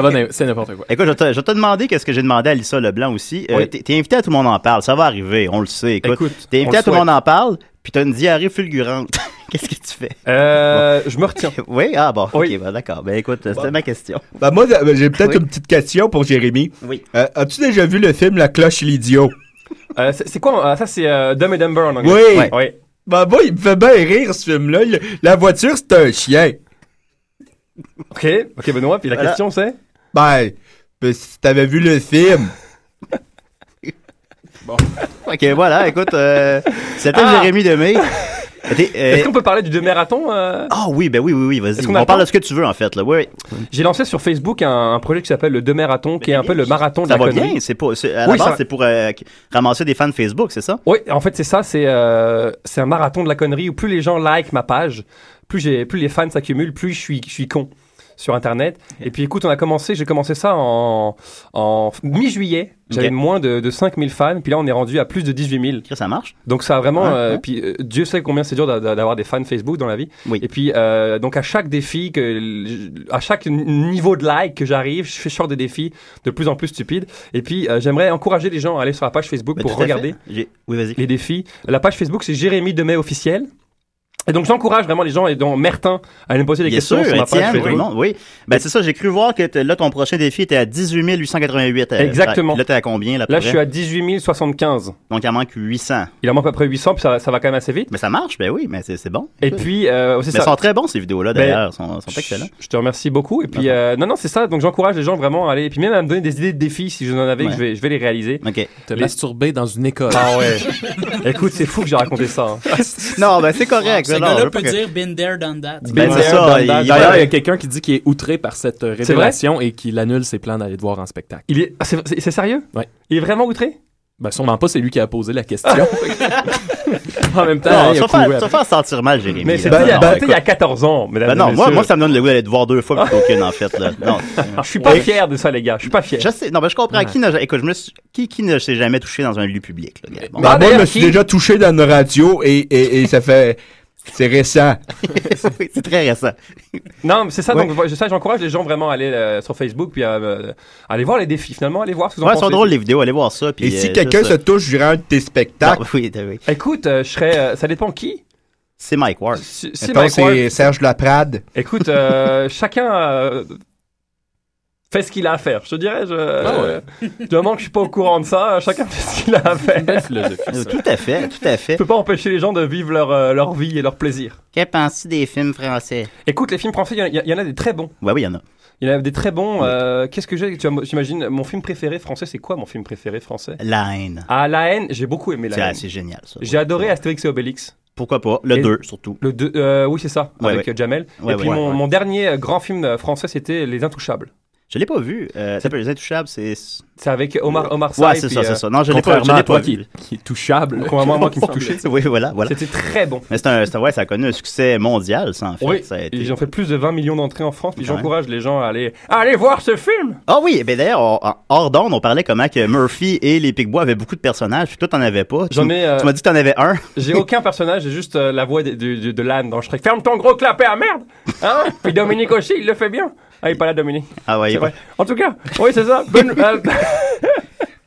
va, c'est n'importe quoi.
Écoute, je vais te, je vais te demander qu'est-ce que j'ai demandé à Lisa Leblanc aussi. Euh,
Oui.
t'es, t'es invité à Tout le monde en parle. Ça va arriver, on le sait. Écoute,
Écoute,
t'es
on
invité
le
à Tout le
souhaite.
monde en parle, puis t'as une diarrhée fulgurante. qu'est-ce que tu fais?
Euh, Je me retiens.
oui, ah bon, ok, ben, d'accord. Ben écoute, c'était ma question.
Ben moi, euh, j'ai peut-être
Oui.
une petite question pour Jérémy.
Oui.
Euh, As-tu déjà vu le film La cloche et l'idiot?
Euh, c'est c'est quoi? euh, ça, c'est euh, Dumb and Dumber en anglais.
Oui.
Oui.
Ben moi, il me fait bien rire, ce film-là. Le- La voiture, c'est un chien.
OK. OK, Benoît, puis la
Voilà.
question, c'est?
Ben, ben, si t'avais vu le film...
Ok, voilà, écoute, euh, c'était
Ah.
Jérémy Demé. T'es, euh,
Est-ce qu'on peut parler du demi-marathon? euh?
Ah oui, ben oui, oui, oui, vas-y.
Est-ce
On,
qu'on a le
parle
temps?
de ce que tu veux, en fait, là. Oui, oui.
J'ai lancé sur Facebook un, un projet qui s'appelle le demi-marathon, qui est un peu le marathon de
Ça
la
va
connerie.
bien. C'est pour, c'est- à la
Oui, ça
base,
va.
c'est pour euh, ramasser des fans de Facebook, c'est ça?
Oui, en fait, c'est ça. C'est euh, c'est un marathon de la connerie où plus les gens like ma page, plus, j'ai- plus les fans s'accumulent, plus je suis, je suis con. sur Internet. Et puis écoute, on a commencé, j'ai commencé ça en, en mi-juillet. J'avais
Ok.
moins de, de 5000 fans, puis là on est rendu à plus de 18 000.
Ça marche.
Donc ça a vraiment...
Ouais,
euh,
ouais.
Puis euh, Dieu sait combien c'est dur d'a- d'a- d'avoir des fans Facebook dans la vie. Et puis euh, donc à chaque défi, que, l- à chaque n- niveau de like que j'arrive, je fais sort des défis de plus en plus stupides. Et puis euh, j'aimerais encourager les gens à aller sur la page Facebook
Ben,
pour
tout à fait.
regarder
J'ai- Oui, vas-y.
les défis. La page Facebook, c'est Jérémy Demey officiel. Et donc, j'encourage vraiment les gens, et dont Mertin, à aller me poser des
Bien
questions
sûr,
sur ma page
Étienne, tout
Facebook.
le monde, oui. Ben, c'est ça, j'ai cru voir que t'es- là, ton prochain défi était à 18 888. euh,
Exactement.
Là, t'es à combien? Là, à peu
Là,
près?
je suis à 18 075.
Donc, il en manque 800.
Il en manque à peu près 800, puis ça, ça va quand même assez vite.
Mais ça marche, ben oui, mais c'est c'est bon.
Et puis, euh, c'est
Mais
ça.
sont très bons, ces vidéos-là,
Ben,
d'ailleurs. sont, sont excellents.
Je te remercie beaucoup. Et puis,
Ah,
euh, non, non, c'est ça. Donc, j'encourage les gens vraiment à aller. Et puis, même à me donner des idées de défis, si je n'en avais, que
Ouais.
je, vais, je vais les réaliser.
Ok.
Te masturber dans une école.
Ah ouais. Écoute, c'est fou que j'ai raconté ça. hein.
non, ben c'est Ben, correct.
Ah, Ce gars-là peut dire been there, Ben, done that.
D'ailleurs, Ben, il y a quelqu'un qui dit qu'il est outré par cette euh,
C'est
révélation et qu'il annule ses plans d'aller te voir en spectacle.
Il est... ah, c'est- c'est c'est sérieux?
Ouais.
Il est vraiment outré?
Ben, sûrement pas, c'est lui qui a posé la question. en même temps,
Non,
hein,
tu
il a
vas faire-
couru
tu vas
après.
faire sentir mal, Jérémy.
Mais
là.
c'était
Ben
il y a-
non,
bah,
c'était
écoute.
il y a
14 ans, mesdames
Ben
et
non, moi,
messieurs.
moi, ça me donne le goût d'aller te voir deux fois plutôt qu'une, en fait. Là. Non.
Je suis pas fier de ça, les gars. Je suis pas fier.
Je sais, non, mais je comprends. Qui, n'a- écoute, je me suis- qui, qui ne s'est jamais touché dans un lieu public? Là, gars? Bon.
Ben, moi, je me suis déjà touché dans une radio et, et, et ça fait. C'est récent.
Oui, c'est très récent.
Non, mais c'est ça.
Ouais.
Donc, je- ça, j'encourage les gens vraiment à aller euh, sur Facebook puis à euh, aller voir les défis. Finalement, aller voir. Ce que vous en
Ouais, elles sont
pensez.
drôles, les vidéos. Allez voir ça. puis,
Et si
euh,
quelqu'un
juste,
se touche durant un de tes spectacles,
Non, oui, oui.
Écoute, euh, je serais. euh, ça dépend qui.
C'est Mike Ward.
C'est
mettons,
Mike Ward.
c'est Serge Laprade.
Écoute, euh, chacun euh, fait ce qu'il a à faire. Je te dirais, je. euh, du moment que je suis pas au courant de ça, euh, chacun fait ce qu'il a à faire.
Tout à fait, tout à fait.
Je peux pas empêcher les gens de vivre leur, euh, leur vie et leur plaisir.
Que penses-tu des films français?
Écoute, les films français, il y en a- il y, en a des très bons.
Ouais, oui, il y en a.
Il y en a des très bons. euh, Qu'est-ce que j'ai Tu vois, J'imagine, mon film préféré français, c'est quoi mon film préféré français
La haine.
Ah, La haine, j'ai beaucoup aimé La
C'est
haine.
assez génial, ça.
J'ai adoré Astérix et Obélix.
Pourquoi pas? Le
Et-
2, surtout.
Le deux- euh, oui, c'est ça,
Ouais,
avec
ouais.
euh, Jamel.
Ouais,
et puis
ouais,
mon,
ouais.
mon dernier euh, grand film euh, français, c'était Les Intouchables.
Je l'ai pas vu. Euh, ça s'appelle Les Intouchables, c'est.
C'est avec Omar, Omar Sy.
Ouais, c'est ça,
puis, euh,
c'est ça. Non, je l'ai pas, je
contrairement
l'ai
à toi
pas
qui-
vu.
qui est touchable.
Contrairement à moi qui me suis touché.
Oui, voilà, voilà.
C'était très bon.
Mais c'est un, c'est- ouais, ça a connu un succès mondial, ça, en fait.
Oui,
Ça a été-
ils ont fait plus de 20 millions d'entrées en France, puis
Quand même.
j'encourage les gens à aller, à aller voir ce film
Ah oui, ben d'ailleurs, on- en- hors d'onde, on parlait comment que Murphy et les Pigbois avaient beaucoup de personnages, puis toi, t'en avais pas. Tu
J'en
m-
ai, euh,
Tu m'as dit que t'en avais un.
J'ai aucun personnage, j'ai juste euh, la voix de, de, de- de l'âne dans Shrek. Ferme ton gros clapet à merde Hein Puis Dominique aussi, il le fait bien Ah, il est pas là, Dominique.
Ah ouais,
C'est
il est
vrai. En tout cas, oui, c'est ça. Bonne- euh,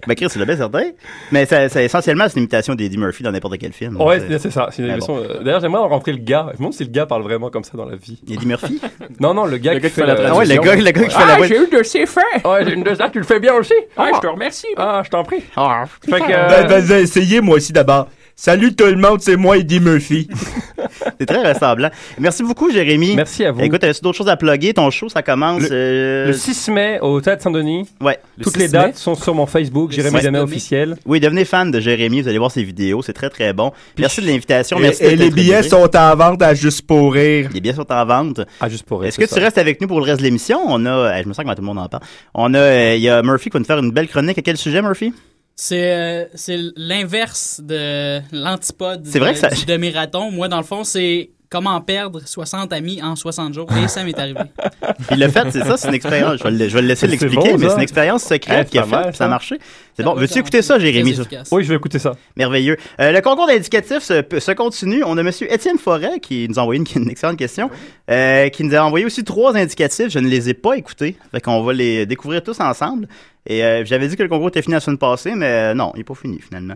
Ben Chris, c'est le bel certain. Mais ça, ça, essentiellement, c'est une imitation d'Eddie Murphy dans n'importe quel film.
ouais, c'est- c'est ça. c'est une
Mais
émission, euh, D'ailleurs, j'aimerais rencontrer le gars. Je me demande si le gars parle vraiment comme ça dans la vie.
Eddie Murphy
Non, non, le gars qui fait
la traduction. Ah ouais, le gars- le gars qui fait la voix-
eu de ses faits Ouais, j'ai une de ça, tu le fais bien aussi Ah, je te remercie Ah, je t'en prie Fait que, euh,
Ben, vas-y, essayez moi aussi d'abord. Salut tout le monde, c'est moi Eddie Murphy.
C'est très ressemblant. Merci beaucoup, Jérémy.
Merci à vous.
Écoute, as-tu d'autres choses à plugger? Ton show, ça commence. euh,
Le 6 mai au Théâtre Saint-Denis.
Ouais.
Toutes les dates sont sur mon Facebook, Jérémy
Ouais.
Damet officiel.
Oui, devenez fan de Jérémy, vous allez voir ses vidéos, c'est très très bon. Merci de l'invitation,
Et-
merci
et
d'être
les billets
intégré.
sont en vente à Juste pour Rire.
Les billets sont en vente.
Ah, juste pour
Est-ce que
c'est
tu
ça.
restes avec nous pour le reste de l'émission? On a, eh, je me sens que tout le monde en parle. On a, euh, il y a Murphy qui va nous faire une belle chronique. À quel sujet, Murphy?
C'est euh, c'est l'inverse de l'antipode
C'est vrai
de-
que ça-
du demi-raton. Moi, dans le fond, c'est comment perdre 60 amis en 60 jours. Et ça m'est arrivé.
Il l'a fait, c'est ça, c'est une expérience. Je vais le, je vais le laisser
C'est
l'expliquer,
bon,
mais
ça.
c'est une expérience secrète
Eh,
qu'il a
c'est pas
faite,
mal,
puis ça a
ça.
marché. C'est bon. Veux-tu écouter ça, Jérémy? ça?
Oui, je vais écouter ça.
Merveilleux. Euh, le concours d'indicatif se, se continue. On a Monsieur Étienne Forêt qui nous a envoyé une, une excellente question, euh, qui nous a envoyé aussi trois indicatifs. Je ne les ai pas écoutés. Fait qu'on va les découvrir tous ensemble. Et euh, j'avais dit que le concours était fini la semaine passée, mais euh, non, il n'est pas fini finalement.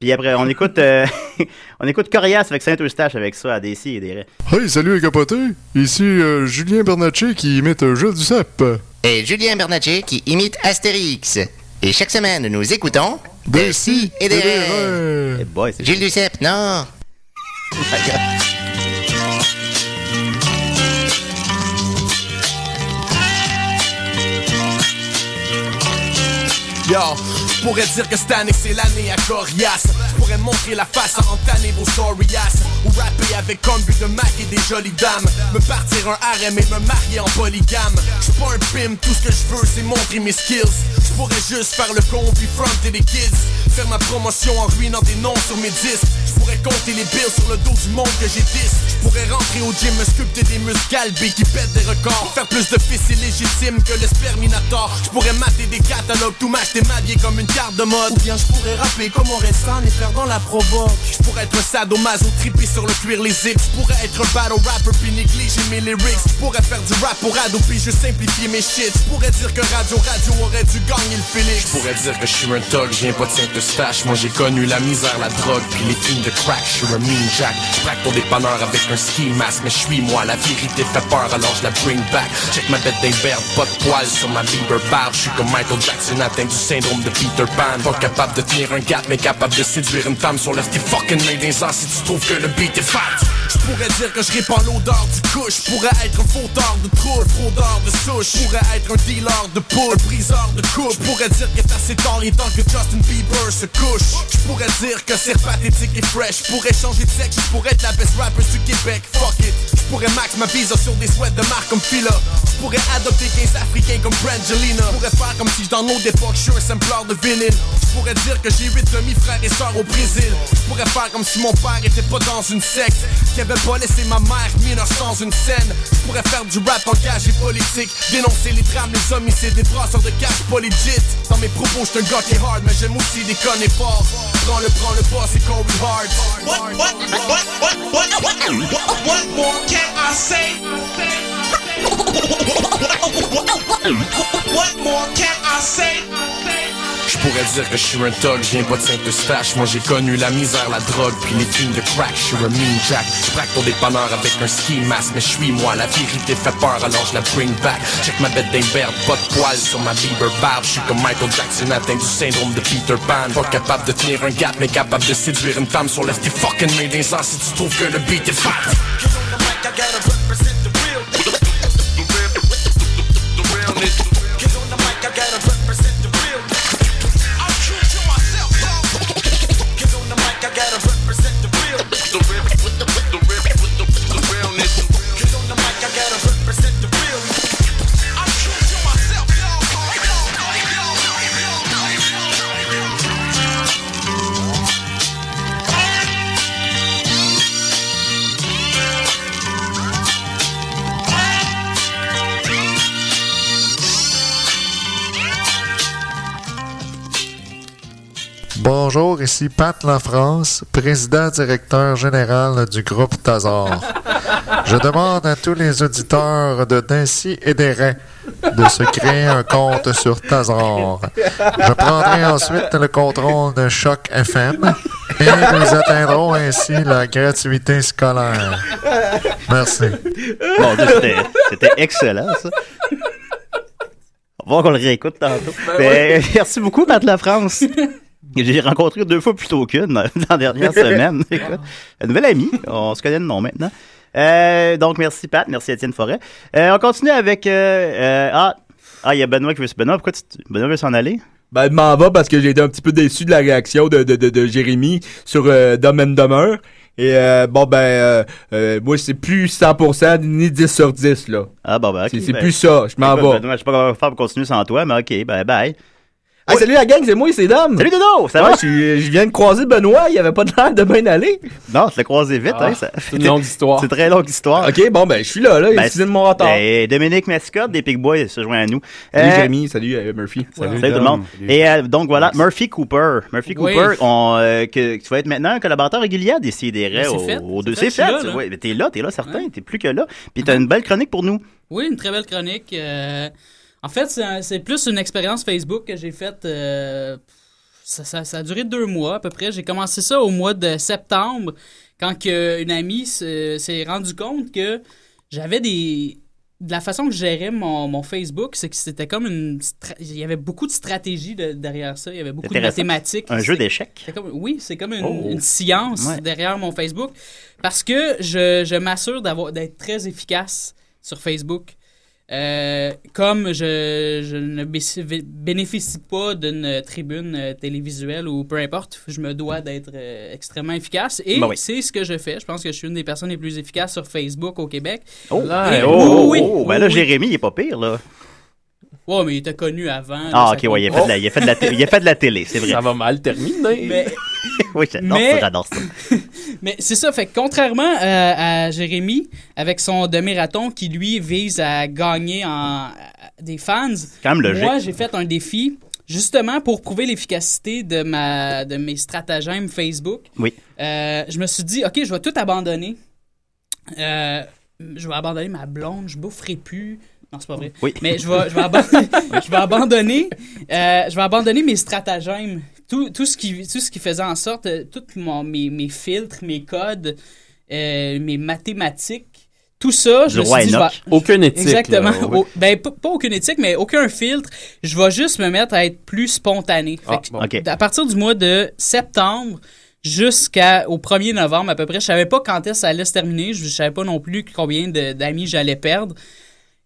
Puis après, on écoute, euh, on écoute Corias avec Saint-Eustache avec ça à DC et des raies.
Hey, salut les capotés! Ici euh, Julien Bernatchez qui imite euh, Gilles Duceppe.
et Julien Bernatchez qui imite Astérix. Et chaque semaine, nous écoutons des si et des rêves. Eh Gilles Duceppe, non Oh
Yo, Je pourrais dire que cette année c'est l'année à coriace. Je pourrais montrer la face à entamer vos sorry ass. Ou rapper avec comme but de Mac et des jolies dames. Me partir un harem et me marier en polygame. J'suis pas un pimp, tout ce que je veux c'est montrer mes skills. Je pourrais juste faire le con puis fronter les kids. Faire ma promotion en ruinant des noms sur mes disques. Je pourrais compter les bills sur le dos du monde que j'ai 10. Je pourrais rentrer au gym, me sculpter des muscles galbés qui pètent des records. Faire plus de fils illégitimes que le sperminator. Je pourrais mater des catalogues, tout m'acheter m'habiller comme une carte de mode. Ou bien je pourrais rapper comme on restant et faire dans la provoque. Je pourrais être un sadomaso trippé sur le cuir les zips. Je pourrais être un battle rapper puis négliger mes lyrics. Je pourrais faire du rap pour ado puis je simplifier mes shit. Je pourrais dire que Radio Radio aurait dû gagner le Félix.
Je pourrais dire que je suis un thug, j'ai pas de Saint-Eustache. Moi j'ai connu la misère, la drogue, puis les films de crack. Je suis un mean jack. Je braque ton dépanneur avec un ski mask, mais je suis moi. La vérité fait peur, alors je la bring back. Check ma bête d'imbert, pas de poils sur ma Bieber barbe. Je suis comme Michael Jackson atteint du syndrome de Peter Pan. Pas capable de tenir un gap, mais capable de séduire une femme sur lève tes fucking mains des ans si tu trouves que le beat est fat.
Je pourrais dire que je répands l'odeur du couche. Je pourrais être un fauteur de trou, un fraudeur de souche. Je pourrais être un dealer de poule, un briseur de coupe. Je pourrais dire que t'as assez tard et tant que Justin Bieber se couche. Je pourrais dire que c'est pathétique et fresh. Je pourrais changer de sexe, je pourrais être la best rapper du Québec. Fuck it. Je pourrais max ma visa sur des sweats de marque comme Fila. Je pourrais adopter 15 Africains comme Brangelina. Je pourrais faire comme si je dans l'eau d'époque, je suis un sampleur de vinyle. Je pourrais dire que j'ai 8 demi-frères et sœurs au Brésil. Je pourrais faire comme si mon père était pas dans une secte. Qui avait pas laissé ma mère mineur sans une scène. Je pourrais faire du rap engagé politique. Dénoncer les trames, les homicides, les brasseurs de cash polygit. Dans mes propos, je un gars qui est hard, mais j'aime aussi déconner fort. Prends-le, prends-le pas, c'est Corey Hard.
What more can I say? What more can I say?
Je pourrais dire que je suis un thug, j'ai pas de Saint-Eustache Moi j'ai connu la misère, la drogue, puis les films de crack Je suis un mean jack, je braque ton dépanneur avec un ski mask Mais je suis moi, la vérité fait peur, alors je la bring back Check ma bête d'imbert, pas de poils sur ma Bieber barbe Je suis comme Michael Jackson atteint du syndrome de Peter Pan Pas capable de tenir un gap, mais capable de séduire une femme Sur lève tes fucking mains des ans si tu trouves que le beat est fat
I gotta represent the real, the real, the realness. Get on the mic, I gotta represent the real. I'm true to myself. Get on the mic, I gotta represent the real, the real, the real, the realness. Get on the mic, I gotta represent the real. I'm true to myself,
Bonjour, ici Pat Lafrance, président-directeur général du groupe Tazar. Je demande à tous les auditeurs de Dancy et des Reins de se créer un compte sur Tazar. Je prendrai ensuite le contrôle de Choc FM et nous atteindrons ainsi la gratuité scolaire. Merci.
Bon, Dieu, c'était- c'était excellent, ça. On va voir qu'on le réécoute tantôt.
Ben
Mais, Merci beaucoup, Pat La France. J'ai rencontré deux fois plutôt qu'une dans dans la dernière semaine. Écoute, un nouvel ami, on se connaît de nom maintenant. Euh, donc, merci Pat, merci Étienne Forêt. Euh, on continue avec... euh, euh, ah, ah, il y a Benoît qui veut... se- Benoît, pourquoi tu... te- Benoît veut s'en aller?
Ben, elle m'en va parce que j'ai été un petit peu déçu de la réaction de, de, de, de Jérémy sur euh, Dom and Dumber. Et euh, bon, ben, euh, euh, moi, c'est plus 100% ni 10 sur 10, là.
Ah, bon, ben, ok,
C'est- c'est
ben,
plus ça, je m'en
écoute,
vais.
Benoît, je sais pas comment on va faire pour continuer sans toi, mais ok, ben, bye.
Ah, salut la gang, c'est moi, c'est Dom.
Salut Dodo, ça
Ouais,
va?
Je, suis- je viens de croiser Benoît, il avait pas de l'air de bien aller.
Non, tu l'as croisé vite,
Ah,
hein, ça-
c'est une longue histoire.
C'est très longue histoire.
Ok, bon, ben, je suis là, là, il
Ben,
a décidé de mon retard.
Ben, Dominique Mascotte des Pig Boys se joint à nous.
Salut
Euh,
Jérémy, salut euh, Murphy.
Salut, tout le monde. Et euh, donc voilà, Murphy Cooper. Murphy
Oui.
Cooper, on, euh, que, que tu vas être maintenant un collaborateur régulier à Décideret
Mais c'est
au,
fait.
au deux.
C'est fait,
C'est
je suis
fait.
là,
tu
là.
vois. Mais T'es là, t'es là, certain. T'es plus que là. Puis t'as une belle chronique pour nous.
Oui, une très belle chronique. euh, en fait, c'est un- c'est plus une expérience Facebook que j'ai faite. euh, ça, ça- ça a duré deux mois à peu près. J'ai commencé ça au mois de septembre quand que une amie se- s'est rendue compte que j'avais des... De la façon que je gérais mon, mon Facebook, c'est que c'était comme une... stra- Il y avait beaucoup de stratégies de- derrière ça. Il y avait beaucoup de
Intéressant.
mathématiques.
Un
C'est-
jeu d'échecs.
c'est comme- oui, c'est comme une,
Oh.
une science
Ouais.
derrière mon Facebook parce que je, je m'assure d'avoir d'être très efficace sur Facebook. Euh, comme je, je ne bé- bénéficie pas d'une tribune euh, télévisuelle ou peu importe, je me dois d'être euh, extrêmement efficace et
Ben oui.
c'est ce que je fais. Je pense que je suis une des personnes les plus efficaces sur Facebook au Québec.
Oh,
Et-
hey, oh, oh,
oui, oui,
oh, ben
oui,
là,
oui.
Jérémy, il est pas pire, là.
Ouais, mais il était connu avant. là,
Ah,
ça
ok,
compte
ouais, il a
pas.
fait de la, il a fait de la, té- il a fait de la télé, c'est vrai. Ça
va mal terminer.
Mais-
oui, j'adore ça,
mais-
j'adore ça.
Mais c'est ça, fait que contrairement euh, à Jérémy, avec son demi-raton qui lui vise à gagner en, euh, des fans,
quand même logique.
moi j'ai fait un défi justement pour prouver l'efficacité de, ma, de mes stratagèmes Facebook.
Oui.
Euh, je me suis dit, OK, je vais tout abandonner. Euh, je vais abandonner ma blonde, je boufferai plus. Non, c'est pas vrai.
Oui.
Mais je vais, je vais, abandonner, je vais abandonner, euh, je vais abandonner mes stratagèmes. Tout, tout, ce qui, tout ce qui faisait en sorte, euh, tous mon- mes, mes filtres, mes codes, euh, mes mathématiques, tout ça, je
Du
me
roi
suis dit, je
Enoch.
vais-
Aucune éthique,
Exactement.
là, oui.
Au- ben, pas, pas aucune éthique, mais aucun filtre. Je vais juste me mettre à être plus spontané. Fait
Ah,
que
bon. OK.
À partir du mois de septembre jusqu'au 1er novembre à peu près, je savais pas quand est-ce que ça allait se terminer. Je je savais pas non plus combien de- d'amis j'allais perdre.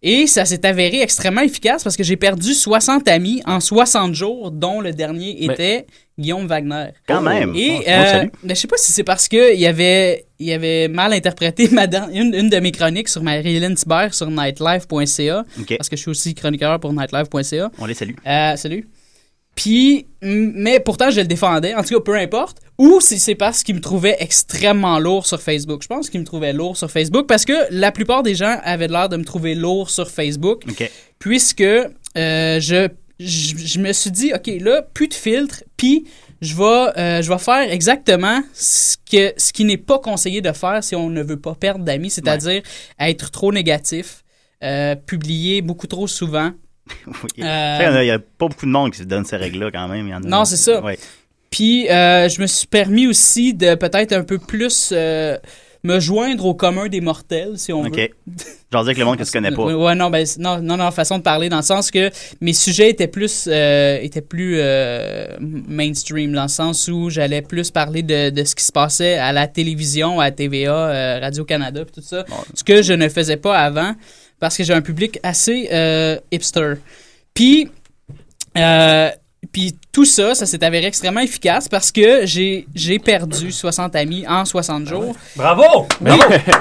Et ça s'est avéré extrêmement efficace parce que j'ai perdu 60 amis en 60 jours, dont le dernier
Mais-
était Guillaume Wagner.
Quand même.
Et
Oh, on le
euh,
salue.
ben, je sais pas si c'est parce que il y avait il y avait mal interprété ma der- une, une de mes chroniques sur Marilyn Thibert sur nightlife.ca
Ok.
parce que je suis aussi chroniqueur pour nightlife.ca.
On les salue.
Euh, salut. Puis, m- mais pourtant, je le défendais. En tout cas, peu importe. Ou si c'est parce qu'il me trouvait extrêmement lourd sur Facebook. Je pense qu'il me trouvait lourd sur Facebook parce que la plupart des gens avaient l'air de me trouver lourd sur Facebook. Puisque euh, je, je, je me suis dit, OK, là, plus de filtre, puis je vais, euh, je vais faire exactement ce, que, ce qui n'est pas conseillé de faire si on ne veut pas perdre d'amis, c'est-à-dire être trop négatif, euh, publier beaucoup trop souvent.
Oui.
Euh,
Ça, Il n'y a, pas beaucoup de monde qui se donne ces règles-là, quand même. il y en a-
Non, c'est ça.
Ouais.
Puis euh, je me suis permis aussi de peut-être un peu plus euh, me joindre au commun des mortels, si on
OK.
veut.
J'en dis que le monde qui se connaît pas.
Ouais, ouais, non, ben, c'est- non, non, non, façon de parler, dans le sens que mes sujets étaient plus, euh, étaient plus euh, mainstream, dans le sens où j'allais plus parler de, de ce qui se passait à la télévision, à TVA, euh, Radio-Canada, puis tout ça, ce que je ne faisais pas avant, parce que j'ai un public assez euh, hipster. Puis, euh, puis tout ça, ça s'est avéré extrêmement efficace parce que j'ai j'ai perdu 60 amis en 60
Ah
jours.
Bravo!
Mais,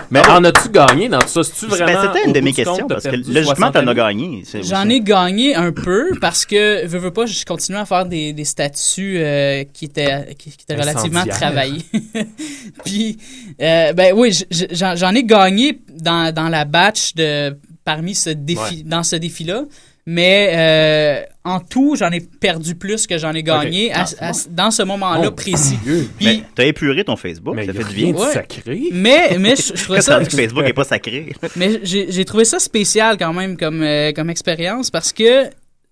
mais en as-tu gagné dans tout ça? C'est-tu
Ben,
vraiment.
c'était une
au
de
bout
mes
du compte,
questions,
t'as
parce que
perdu
logiquement,
60
t'en as
amis?
gagné. c'est
J'en ai gagné un peu parce que, veux, veux pas, je continue à faire des, des statuts euh, qui étaient, qui, qui étaient relativement
Incendiaires.
travaillés. Puis, euh, ben oui, j- j- j'en j'en ai gagné dans, dans la batch de, parmi ce défi,
Ouais.
dans ce défi-là. Mais euh, en tout, j'en ai perdu plus que j'en ai gagné
Ok.
à-
Ah, c'est
à-
bon.
dans ce moment-là
Oh,
précis.
Mais t'as épuré ton Facebook, ça fait du bien.
Ouais. Mais, mais je, je trouvais ça.
Tandis que Facebook n'est pas sacré.
Mais j'ai j'ai trouvé ça spécial quand même comme, euh, comme expérience parce que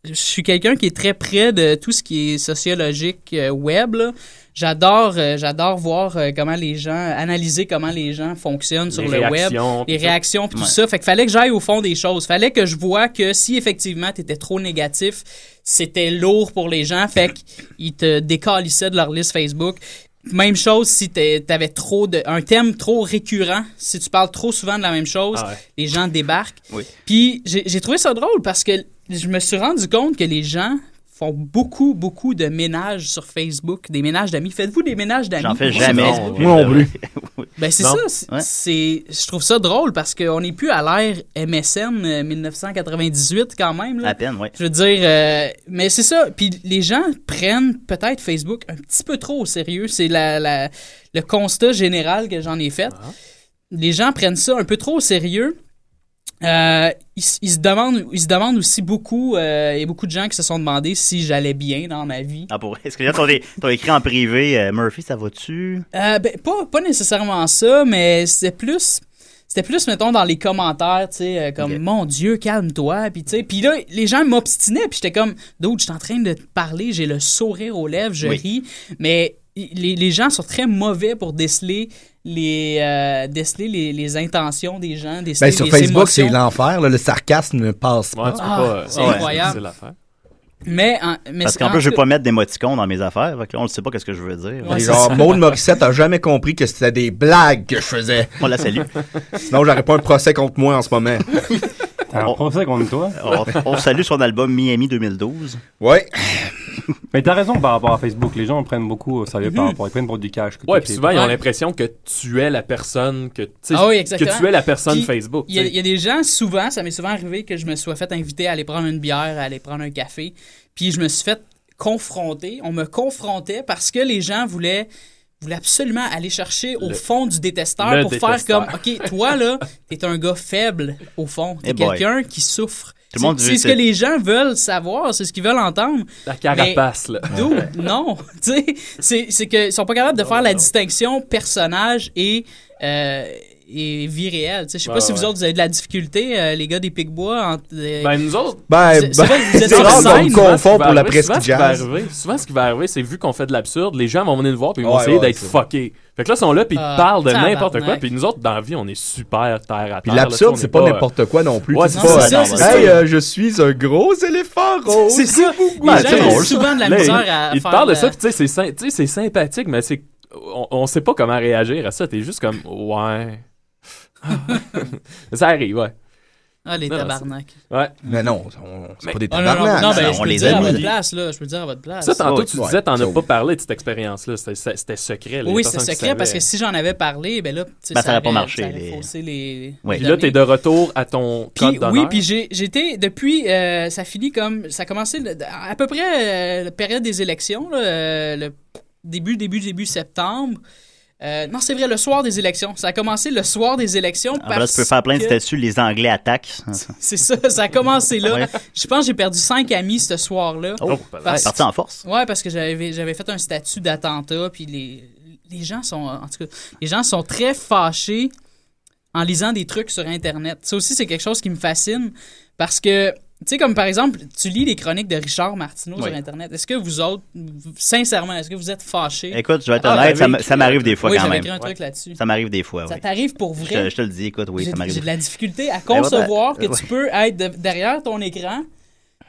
je suis quelqu'un qui est très près de tout ce qui est sociologique euh, web. là. J'adore euh, j'adore voir euh, comment les gens, analyser comment les gens fonctionnent sur
Les
le web,
réactions,
les
tout ça.
réactions, puis tout
Ouais.
ça. Fait que fallait que j'aille au fond des choses. Fallait que je vois que si effectivement t'étais trop négatif, c'était lourd pour les gens. Fait qu'ils te décalissaient de leur liste Facebook. Même chose si t'es- t'avais trop de un thème trop récurrent, si tu parles trop souvent de la même chose,
Ah ouais.
les gens débarquent.
Oui.
Puis j'ai j'ai trouvé ça drôle parce que je me suis rendu compte que les gens font beaucoup, beaucoup de ménages sur Facebook, des ménages d'amis. Faites-vous des ménages d'amis?
J'en fais
sur
jamais.
Facebook?
Moi non plus.
Ben c'est
Non.
ça, c'est- c'est je trouve ça drôle parce qu'on n'est plus à l'ère MSN euh, 1998 quand même. là.
À peine, ouais.
Je veux dire, euh, mais c'est ça. Puis les gens prennent peut-être Facebook un petit peu trop au sérieux. C'est la, la- le constat général que j'en ai fait. Les gens prennent ça un peu trop au sérieux. Euh, ils, s- ils se demandent, ils se demandent aussi beaucoup, euh, il y a beaucoup de gens qui se sont demandé si j'allais bien dans ma vie.
Ah, pour vrai. Est-ce que les gens t'ont des- t'ont écrit en privé, euh, Murphy, ça va-tu?
Euh, ben, pas, pas nécessairement ça, mais c'était plus. C'était plus, mettons, dans les commentaires, tu sais, euh, comme Mon Dieu, calme-toi. Puis, tu sais, puis là, les gens m'obstinaient, puis j'étais comme D'autres, je suis en train de te parler, j'ai le sourire aux lèvres, je
Oui.
ris. Mais i- les, les gens sont très mauvais pour déceler les, euh, déceler les, les intentions des gens, déceler
Ben, sur
les
Facebook, c'est
émotions.
l'enfer. là, le sarcasme ne passe pas.
tu peux Ah, pas, euh, c'est ouais, incroyable. c'est l'affaire. Mais, en- mais
Parce
c'est-
qu'en
en
plus, je veux
tout cas-
pas mettre d'émoticons dans mes affaires. Fait que là, on ne sait pas qu'est-ce que je veux dire. Ah,
Et genre, Maud Morissette a jamais compris que c'était des blagues que je faisais.
On la salue.
Sinon, j'aurais pas un procès contre moi en ce moment.
T'as un procès contre toi?
On, on salue son album Miami 2012.
Ouais.
Mais t'as raison par rapport à Facebook. Les gens prennent beaucoup au sérieux par
Mmh.
Mhm.
rapport. Ils prennent pour du cash. que
Ouais,
t'écris.
puis souvent, ils ont l'impression que tu es la personne que, tu sais,
Ah oui, exactement.
que tu es la personne
Puis,
Facebook.
Il y, a-
tu sais.
il y a des gens, souvent, ça m'est souvent arrivé que je me sois fait inviter à aller prendre une bière, à aller prendre un café. Puis je me suis fait confronter. On me confrontait parce que les gens voulaient, voulaient absolument aller chercher au
Le-
fond du détesteur
le
pour
détesteur.
faire comme OK, toi, là, t'es un gars faible, au fond. T'es
Eh boy.
quelqu'un qui souffre.
Tout le monde
C'est-
veut-
C'est ce que les gens veulent savoir, c'est ce qu'ils veulent entendre.
La carapace,
Mais
là.
D'où? Non. Tu sais, c'est- c'est qu'ils sont pas capables de faire la distinction personnage et, euh, et vie réelle. Tu sais, Je sais pas
Ouais,
si vous
ouais.
autres, vous avez de la difficulté, euh, les gars des Picbois. entre euh,
Ben, nous autres,
Ben,
C'est- c'est vrai que vous êtes
c'est
sur
rare
scène, hein?
qu'on me
souvent,
confond
ce qui va
pour la
arriver, souvent, ce qui va
prestigiaire.
arriver- Souvent, ce qui va arriver, c'est vu qu'on fait de l'absurde, les gens vont venir nous voir puis ils vont
Ouais,
essayer
ouais,
d'être
c'est
fuckés. Fait que là, ils sont là puis ils
Ah,
parlent de n'importe
tabarnak.
quoi. Puis nous autres, dans la vie, on est super terre à terre.
Puis
là, tu sais, on
l'absurde,
est
c'est pas n'importe quoi non plus.
Ah, Ouais,
Tu
c'est
dis
ça,
pas,
c'est ça, c'est ça.
Hey, euh, je suis un gros
Oh,
éléphant rose.
C'est ça.
Ouais,
Les gens
c'est
ont
drôle,
souvent
ça.
de la
Là,
misère
il-
à
Il te
faire
parle de
le-
ça, puis tu sais, c'est sy- tu sais, c'est sympathique, mais c'est on, on sait pas comment réagir à ça. T'es juste comme, ouais. ça arrive, ouais.
Ah, les
Non, non,
tabarnak.
c'est- Ouais.
Mais non, on- c'est pas des
Ah, non, non,
tabarnak.
non, ben,
Non,
je
on
peux
les
dire à
aime.
votre place, là. Je peux dire à votre place.
Ça, tantôt, tu
Ouais,
disais, t'en
ça,
as
oui.
pas parlé de cette expérience-là. C'était c'était secret. là,
Oui,
y a
c'est
personne qui
secret parce
savait.
que si j'en avais parlé, ben là, tu sais,
Ben, ça aurait pas
aurait-
marché,
ça aurait
les-
faussé les.
Puis
les
là,
données.
t'es de retour à ton
Puis,
code d'honneur.
oui, puis j'ai- j'étais depuis euh, ça finit comme ça a commencé le- à peu près euh, la période des élections, là, euh, le début début début septembre. Euh, non, c'est vrai, le soir des élections. Ça a commencé le soir des élections.
Ah, ben là,
parce
tu peux faire plein de
que-
statuts, les Anglais attaquent.
C'est ça, ça a commencé là.
Ouais.
Je pense que j'ai perdu cinq amis ce soir-là.
Oh,
Parce-
parti en force.
Ouais, parce que j'avais j'avais fait un statut d'attentat, puis les, les gens sont en tout cas, les gens sont très fâchés en lisant des trucs sur internet. Ça aussi c'est quelque chose qui me fascine parce que tu sais comme par exemple, tu lis les chroniques de Richard Martineau
Oui.
sur internet. Est-ce que vous autres vous- sincèrement, est-ce que vous êtes fâchés
Écoute, je vais être
Ah,
honnête,
j'avais
ça m-
écrit
ça m'arrive des fois
Oui,
quand
j'avais
même.
écrit un truc là-dessus.
Ça m'arrive des fois,
Ça
oui.
t'arrive pour vrai
Je, je te le dis, écoute, oui,
J'ai
ça m'arrive.
j'ai de la difficulté à
Ben, ouais,
concevoir
ben,
que tu
ouais.
peux être de- derrière ton écran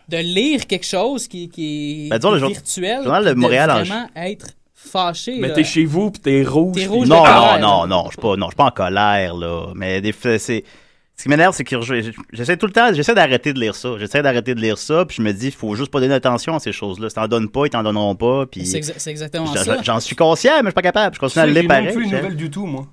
de lire quelque chose qui, qui est
Ben, disons, le jour-
virtuel,
le journal de
puis
Montréal en-
vraiment être fâché.
Mais
là.
t'es chez vous, puis t'es rouge.
T'es
puis-
rouge
Non,
de
non,
colère.
non, non, je suis pas, non, je suis pas en colère, là. Mais des fois, c'est. Ce qui m'énerve, c'est que je- j'essaie tout le temps, j'essaie d'arrêter de lire ça. J'essaie d'arrêter de lire ça, puis je me dis, il faut juste pas donner attention à ces choses-là. Si t'en donnes pas, ils t'en donneront pas, puis.
C'est exa- c'est exactement
J'en-
ça.
J'en suis conscient, mais je suis pas capable. Je
Tu
continue
sais,
à le
j'ai
lire pareil.
même plus une
je-
nouvelle du tout, moi.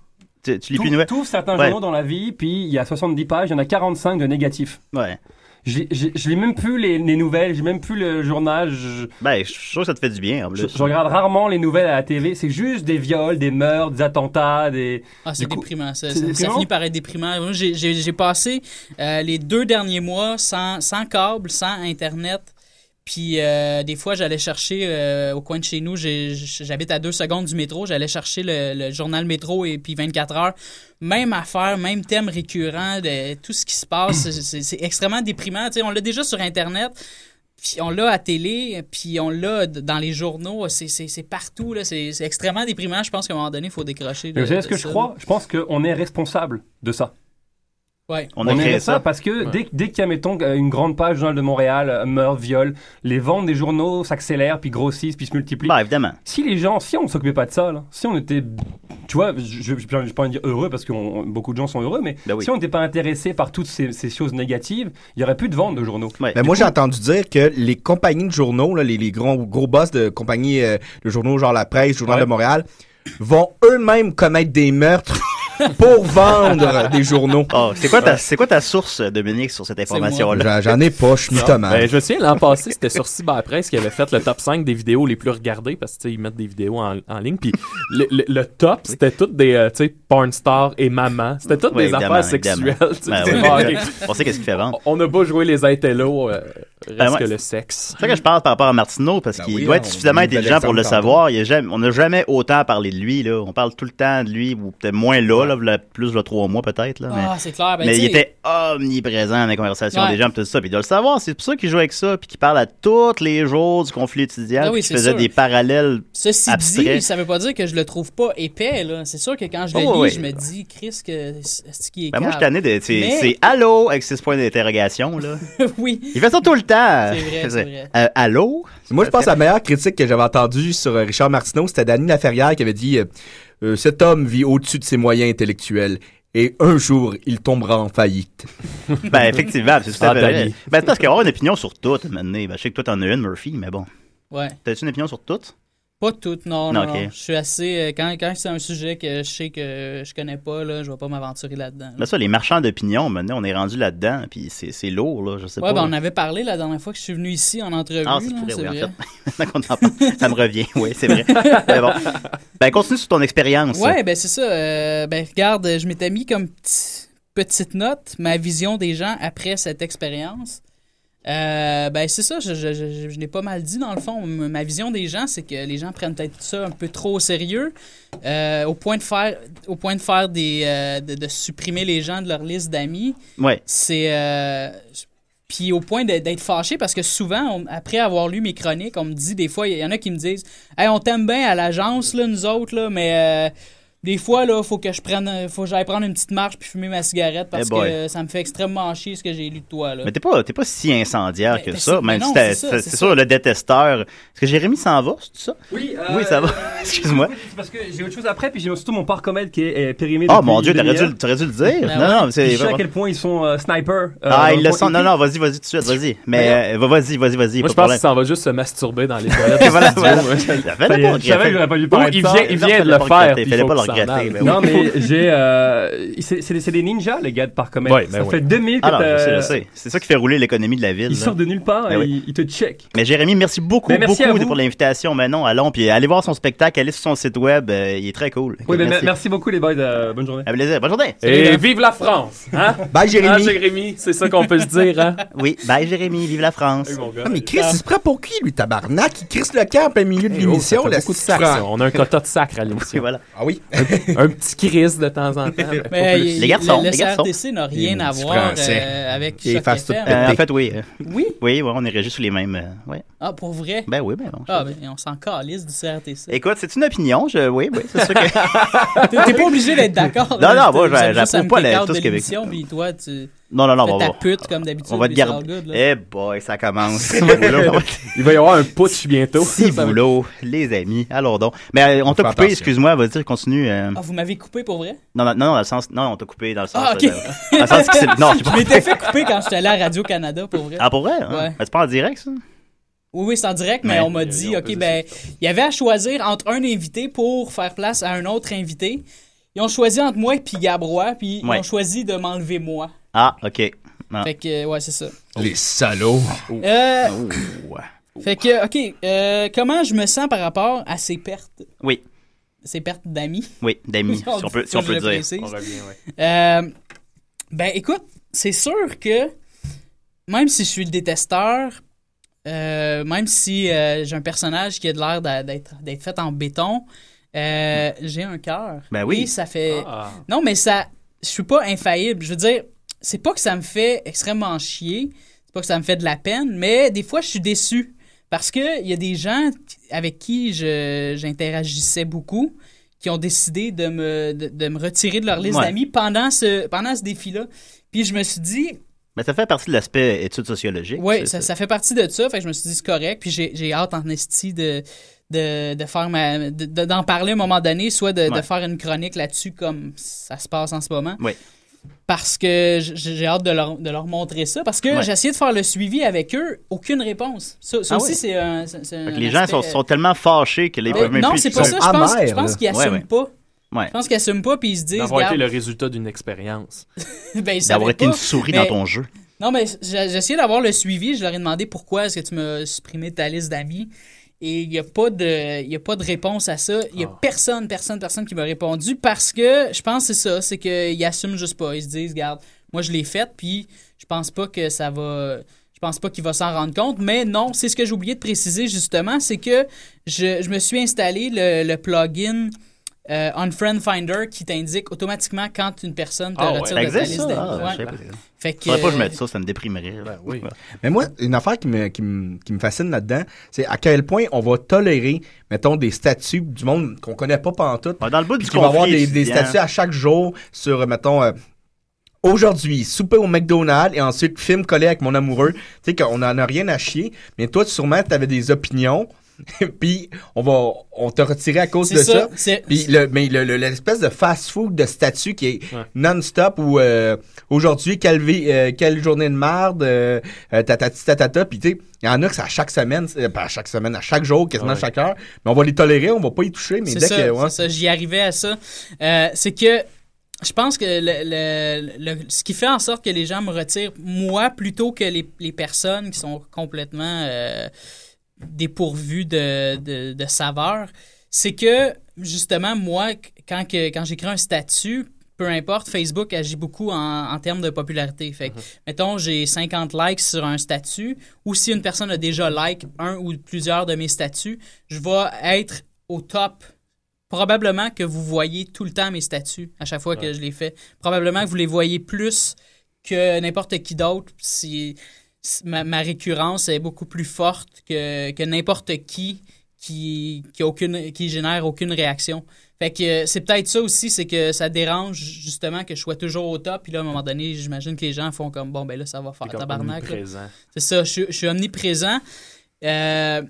Tu, tu lis
Tout-
plus une nouvelle.
Tout certains
Ouais.
journaux dans la vie, puis il y a 70 pages, il y en a 45 de négatifs.
Ouais.
Je je- je lis même plus les, les nouvelles, j'ai même plus le journal. Je,
Ben, je suis sûr que ça te fait du bien, en plus.
je- je regarde rarement les nouvelles à la télé. C'est juste des viols, des meurtres, des attentats, des.
Ah, c'est
du coup-
déprimant, ça.
c'est
Ça, ça
déprimant?
finit par être déprimant. Moi, j'ai- J'ai j'ai passé euh, les deux derniers mois sans, sans câble, sans Internet. Puis euh, des fois, j'allais chercher euh, au coin de chez nous, j'ai- j'habite à deux secondes du métro, j'allais chercher le, le journal métro et puis 24 heures. Même affaire, même thème récurrent, de tout ce qui se passe, c'est- c'est c'est extrêmement déprimant. Tu sais, on l'a déjà sur Internet, puis on l'a à télé, puis on l'a d- dans les journaux, c'est- c'est c'est partout. là. C'est c'est extrêmement déprimant. Je pense qu'à un moment donné, il faut décrocher.
Mais
de-
vous savez ce
de
que je
ça,
crois
là.
Je pense qu'on est responsable de ça.
Ouais.
On, aimerait ça, parce que
Ouais.
dès, dès qu'il y a, mettons, euh, une grande page du Journal de Montréal, euh, meurt, viol, les ventes des journaux s'accélèrent, puis grossissent, puis se multiplient.
Bah, évidemment.
Si les gens, si on ne s'occupait pas de ça, là, si on était. Tu vois, je n'ai pas envie de dire heureux parce que on- beaucoup de gens sont heureux, mais
Bah oui.
si on n'était pas intéressé par toutes ces, ces choses négatives, il n'y aurait plus de ventes de journaux.
Ben, moi, j'ai entendu dire que les compagnies de journaux, là, les, les gros, gros boss de compagnies euh, de journaux, genre La Presse, Journal de Montréal, vont eux-mêmes commettre des meurtres pour vendre des journaux.
Oh, c'est quoi, ta- c'est quoi ta source, Dominique, sur cette
moi.
information-là?
J'en- j'en ai pas, je suis mythomane.
Ben, je me souviens, l'an passé, c'était sur Cyberpresse qui avait fait le top 5 des vidéos les plus regardées parce que, tu sais, ils mettent des vidéos en, en ligne. Puis le, le- le top, c'était toutes des, euh, tu sais, porn stars et maman. C'était toutes
Oui,
des
évidemment,
affaires sexuelles.
évidemment.
tu sais.
Ben oui.
Ah, ok.
On sait qu'est-ce qui fait vendre.
On n'a pas joué les intellos, euh, reste
Ben ouais.
que le sexe.
C'est ça que je parle par rapport à Martineau, parce qu'il
oui,
doit
hein,
être
on
suffisamment
a eu
intelligent pour le
Alexandre tantôt.
savoir. Il a jamais- on n'a jamais autant parlé de lui. Là. On parle tout le temps de lui, ou peut-être moins là, là, v'là plus le trois mois peut-être. là,
Ah,
mais
c'est clair. Ben,
mais
tu
il
sais-
était omniprésent dans les conversations
Ouais.
des gens, pis tout ça. Puis il doit le savoir. C'est pour ça qu'il joue avec ça, puis qu'il parle à tous les jours du conflit étudiant,
Ah
puis
oui,
qu'il
c'est
faisait
sûr.
des parallèles
Ceci dit,
abstraits.
ça veut pas dire que je le trouve pas épais. là. C'est sûr que quand je le
Oh,
lis,
oui.
je me dis, Chris, que ce qui est
Ben, moi, je suis
cave.
tanné de. C'est
Mais-
c'est allô avec six points d'interrogation. là.
oui.
Il fait ça tout le temps.
C'est vrai, c'est vrai.
Euh, allô?
Moi, je pense que la meilleure critique que j'avais entendue sur euh, Richard Martineau, c'était Danny Laferrière qui avait dit euh, Euh, Cet homme vit au-dessus de ses moyens intellectuels. et un jour, il tombera en faillite.
Ben, effectivement, c'est tout à fait
Ah,
vrai.
Dali.
Ben, c'est parce qu'il y a une opinion sur tout, à un moment donné. Ben, je sais que toi, t'en as une, Murphy, mais bon.
Ouais.
T'as-tu une opinion sur tout?
Pas toutes, non.
Non,
non,
ok.
non. Je suis assez. euh, Quand, quand c'est un sujet que je sais que je connais pas, là, je vais pas m'aventurer là-dedans. là.
Ben, ça, les marchands d'opinion, maintenant, on est rendu là-dedans, puis c'est c'est lourd, là, je sais
Ouais,
pas.
ben, on avait parlé la dernière fois que je suis venu ici en entrevue.
Ah,
là,
c'est vrai,
c'est
oui, en
vrai.
fait. Maintenant qu'on en parle, ça me revient, oui, c'est vrai. Mais bon. Ben, continue sur ton expérience.
Ouais, ben c'est ça. Euh, ben regarde, je m'étais mis comme p'ti- petite note ma vision des gens après cette expérience. Euh, ben c'est ça, je, je, je- je l'ai pas mal dit dans le fond. M- Ma vision des gens, c'est que les gens prennent peut-être ça un peu trop au sérieux, euh, au point de faire, au point de faire des, euh, de, de supprimer les gens de leur liste d'amis.
Ouais.
C'est euh, puis au point de- d'être fâché parce que souvent, on- après avoir lu mes chroniques, on me dit des fois, il y en a qui me disent Hey, on t'aime bien à l'agence, là, nous autres, là, mais euh, des fois, là, faut que je prenne un- faut que j'aille prendre une petite marche puis fumer ma cigarette parce
Eh boy.
que ça me fait extrêmement chier ce que j'ai lu de toi. Là.
Mais t'es pas, t'es pas si incendiaire que
ben,
ça,
c'est-
même
mais
si
non,
t'as-
c'est ça,
c'est
c'est
c'est
ça.
sûr, le détesteur. Est-ce que Jérémy s'en va, c'est ça?
Oui, euh,
Oui, ça va. Excuse-moi.
C'est parce que j'ai autre chose après, puis j'ai surtout mon parc comède qui est euh, périmé.
Oh
depuis
mon Dieu,
une
t'aurais dû,
demi-heure.
le- t'aurais dû le dire.
Ben
non,
ouais.
non, mais c'est.
Puis Je sais à quel point ils sont euh, snipers. euh,
Ah,
dans
ils
le
le
fond.
sont. Non, non, vas-y, vas-y tout de suite, vas-y. Mais euh, va- vas-y, vas-y, vas-y.
Moi,
pas
je
de
pense
problème.
qu'il s'en va juste se masturber dans les toilettes. du
Voilà,
studio,
voilà.
moi.
Ça fallait pas le
Je savais que j'aurais pas dû parler
Ou
de
il
ça.
vient- il
Il
vient
vient de le faire. puis il faut qu'il s'en aille.
Non, mais j'ai. euh, c'est- c'est c'est les ninjas, les gars de Parc Comède.
Ouais,
ça fait 2000 que
Ah non, je sais,
t'as-
je sais. C'est ça qui fait rouler l'économie de la ville.
Ils
là.
sortent de nulle part et
Ben oui.
ils ils te checkent.
Mais Jérémy, merci beaucoup,
Ben, merci à
beaucoup
vous.
pour l'invitation. Mais non, allons, puis allez voir son spectacle, allez sur son site web, euh, il est très cool.
Oui, ben, merci. beaucoup, les boys. euh, bonne journée.
À plaisir. Bonne journée.
Et vive la France! Hein?
Bye, Jérémy.
Hein, Jérémy, c'est ça qu'on peut se dire. Hein?
Oui, bye, Jérémy. Vive la France.
Ah, mais Chris, il se prend pour qui, lui, tabarnak? Il crisse le camp en plein milieu de
Oh, ça
l'émission,
fait
là,
beaucoup de
c'est
sacre,
franc.
ça. On a un quota de sacre à l'émission.
Ah oui?
Un, un petit crise de temps en temps. mais pas
Mais,
plus.
il- le, le CRTC n'a rien à voir euh, avec Choc FM.
Euh, En fait, oui. euh,
Oui?
Oui, ouais, on est régis sous les mêmes. euh, ouais.
Ah, pour vrai?
Ben oui, ben bon.
Ah, ben on s'en calisse du CRTC.
Écoute, c'est une opinion. Je... Oui, oui, c'est sûr que.
T'es t'es pas obligé d'être d'accord.
Non,
là,
non,
t'as-
moi,
vous
j'a-
êtes juste à
j'approuve
me
pas la-
take out
tout ce
de
Québec.
l'émission, puis toi, tu.
Non, non, non,
fais
on
ta
va-
pute comme d'habitude.
On va te
puis it's all
garder.
good, là.
Eh boy, ça commence.
Il va y avoir un putsch bientôt.
Si boulot, les amis. Allons donc. Mais euh, on t'a coupé,
Fais attention.
excuse-moi, vas-y, continue. euh,
Ah, vous m'avez coupé pour vrai?
Non, non, non, dans le sens. Non, on t'a coupé dans le sens.
Ah, ok.
euh, dans le sens que c'est- Non, j'ai
Je
pas.
m'étais fait couper quand j'étais allé à Radio-Canada pour vrai.
Ah, pour vrai? hein?
Ouais.
Mais c'est pas en direct, ça?
Oui, oui, c'est en direct, mais
Ouais.
on m'a dit, OK, ben, il y avait à choisir entre un invité pour faire place à un autre invité. Ils ont choisi entre moi et puis Gabrois, puis
Ouais.
ils ont choisi de m'enlever moi.
Ah, ok. Non.
Fait que, euh, ouais, c'est ça.
Les salauds.
Euh,
Oh.
Fait que, OK, euh, comment je me sens par rapport à ces pertes?
Oui.
Ces pertes d'amis?
Oui, d'amis, si on peut, si on
Je
peut
le
dire.
précise. Euh, ben, écoute, c'est sûr que même si je suis le détesteur, euh, même si euh, j'ai un personnage qui a de l'air d'a- d'être d'être fait en béton, euh, j'ai un cœur.
Ben oui.
Et ça fait.
Ah.
Non, mais ça. Je suis pas infaillible. Je veux dire, c'est pas que ça me fait extrêmement chier, c'est pas que ça me fait de la peine, mais des fois, je suis déçu. Parce qu'il y a des gens avec qui je- j'interagissais beaucoup qui ont décidé de me, de, de me retirer de leur liste
Ouais.
d'amis pendant ce, pendant ce défi-là. Puis je me suis dit,
Mais ça fait partie de l'aspect études sociologiques.
ouais,
c'est-
ça,
c'est-
ça fait partie de ça. Fait que je me suis dit, c'est correct. Puis j'ai j'ai hâte en esti de, de, de faire ma, de- de- d'en parler à un moment donné, soit de, de
Ouais.
faire une chronique là-dessus comme ça se passe en ce moment.
Oui.
Parce que j- j'ai hâte de leur, de leur montrer ça. Parce que
Ouais.
j'ai essayé de faire le suivi avec eux, aucune réponse. Ça, ça
Ah
aussi,
oui.
c'est un. c'est- c'est
Fait que
un
les gens sont,
aspect, euh,
sont tellement fâchés que les
ben,
peuvent même
non,
plus-
c'est pas
ils
ça.
sont
Je pense,
amers,
je pense
là.
qu'ils
Ouais,
n'assument
ouais.
pas.
Ouais.
Je pense qu'ils n'assument pas, puis ils se disent.
D'avoir été
garde,
le résultat d'une expérience.
ben, ils
d'avoir
savaient
été une
pas,
souris
mais-
dans ton jeu.
Non, mais j'ai j'ai essayé d'avoir le suivi. Je leur ai demandé pourquoi est-ce que tu m'as supprimé de ta liste d'amis. Et il n'y a, pas de- il y a pas de réponse à ça. Il n'y a personne, personne, personne qui m'a répondu parce que je pense que c'est ça. C'est qu'ils n'assument juste pas. Ils se disent, regarde, moi je l'ai faite, puis je pense pas que ça va. Je pense pas qu'il va s'en rendre compte. Mais non, c'est ce que j'ai oublié de préciser justement. C'est que je, je me suis installé le, le plugin euh, Unfriend Finder qui t'indique automatiquement quand une personne te
Ah ouais, ça
retire de ta
existe,
liste
ça?
d'amis.
Ah,
Ouais.
je sais pas.
Fait que, euh,
Faudrait pas que je mette ça, ça me déprimerait.
Ben
Ouais.
Mais moi, une affaire qui me, qui me, qui me fascine là-dedans, c'est à quel point on va tolérer, mettons, des statuts du monde qu'on connaît pas pantoute.
dans le bout du
Puis qu'on va avoir des,
conflit
des
étudiant.
statuts à chaque jour sur, euh, mettons, euh, aujourd'hui, souper au McDonald's et ensuite film collé avec mon amoureux. Tu sais qu'on en a rien à chier, mais toi, sûrement, t'avais des opinions. puis on va on t'a retiré à cause
C'est
de
ça,
ça.
c'est-
Puis le mais le- le- l'espèce de fast-food de statut qui est non-stop où euh, aujourd'hui quelle vi- euh, quelle journée de marde euh, euh, tatati tatata puis tu sais il y en a que c'est à chaque semaine, c'est- euh, pas à chaque semaine, à chaque jour, quasiment
Ouais.
à chaque heure. Mais on va les tolérer, on va pas y toucher, mais
C'est
dès
ça,
que. ouais.
c'est ça, j'y arrivais à ça. Euh, c'est que je pense que le, le- le- ce qui fait en sorte que les gens me retirent, moi, plutôt que les, les personnes qui sont complètement euh, dépourvues de, de, de saveur, c'est que, justement, moi, qu- quand, que- quand j'écris un statut, peu importe, Facebook agit beaucoup en, en termes de popularité. Fait que,
Mm-hmm.
mettons, j'ai 50 likes sur un statut, ou si une personne a déjà like un ou plusieurs de mes statuts, je vais être au top. Probablement que vous voyez tout le temps mes statuts à chaque fois que
Ouais.
je les fais. Probablement que vous les voyez plus que n'importe qui d'autre. Si, si- ma, ma récurrence est beaucoup plus forte que, que n'importe qui qui, qui, a aucune, qui génère aucune réaction. Fait que euh, c'est peut-être ça aussi, c'est que ça dérange justement que je sois toujours au top. Puis là, à un moment donné, j'imagine que les gens font comme bon, ben là, ça va faire
T'es comme
tabarnak. là.
omniprésent.
C'est ça, je, suis- je suis omniprésent. Euh,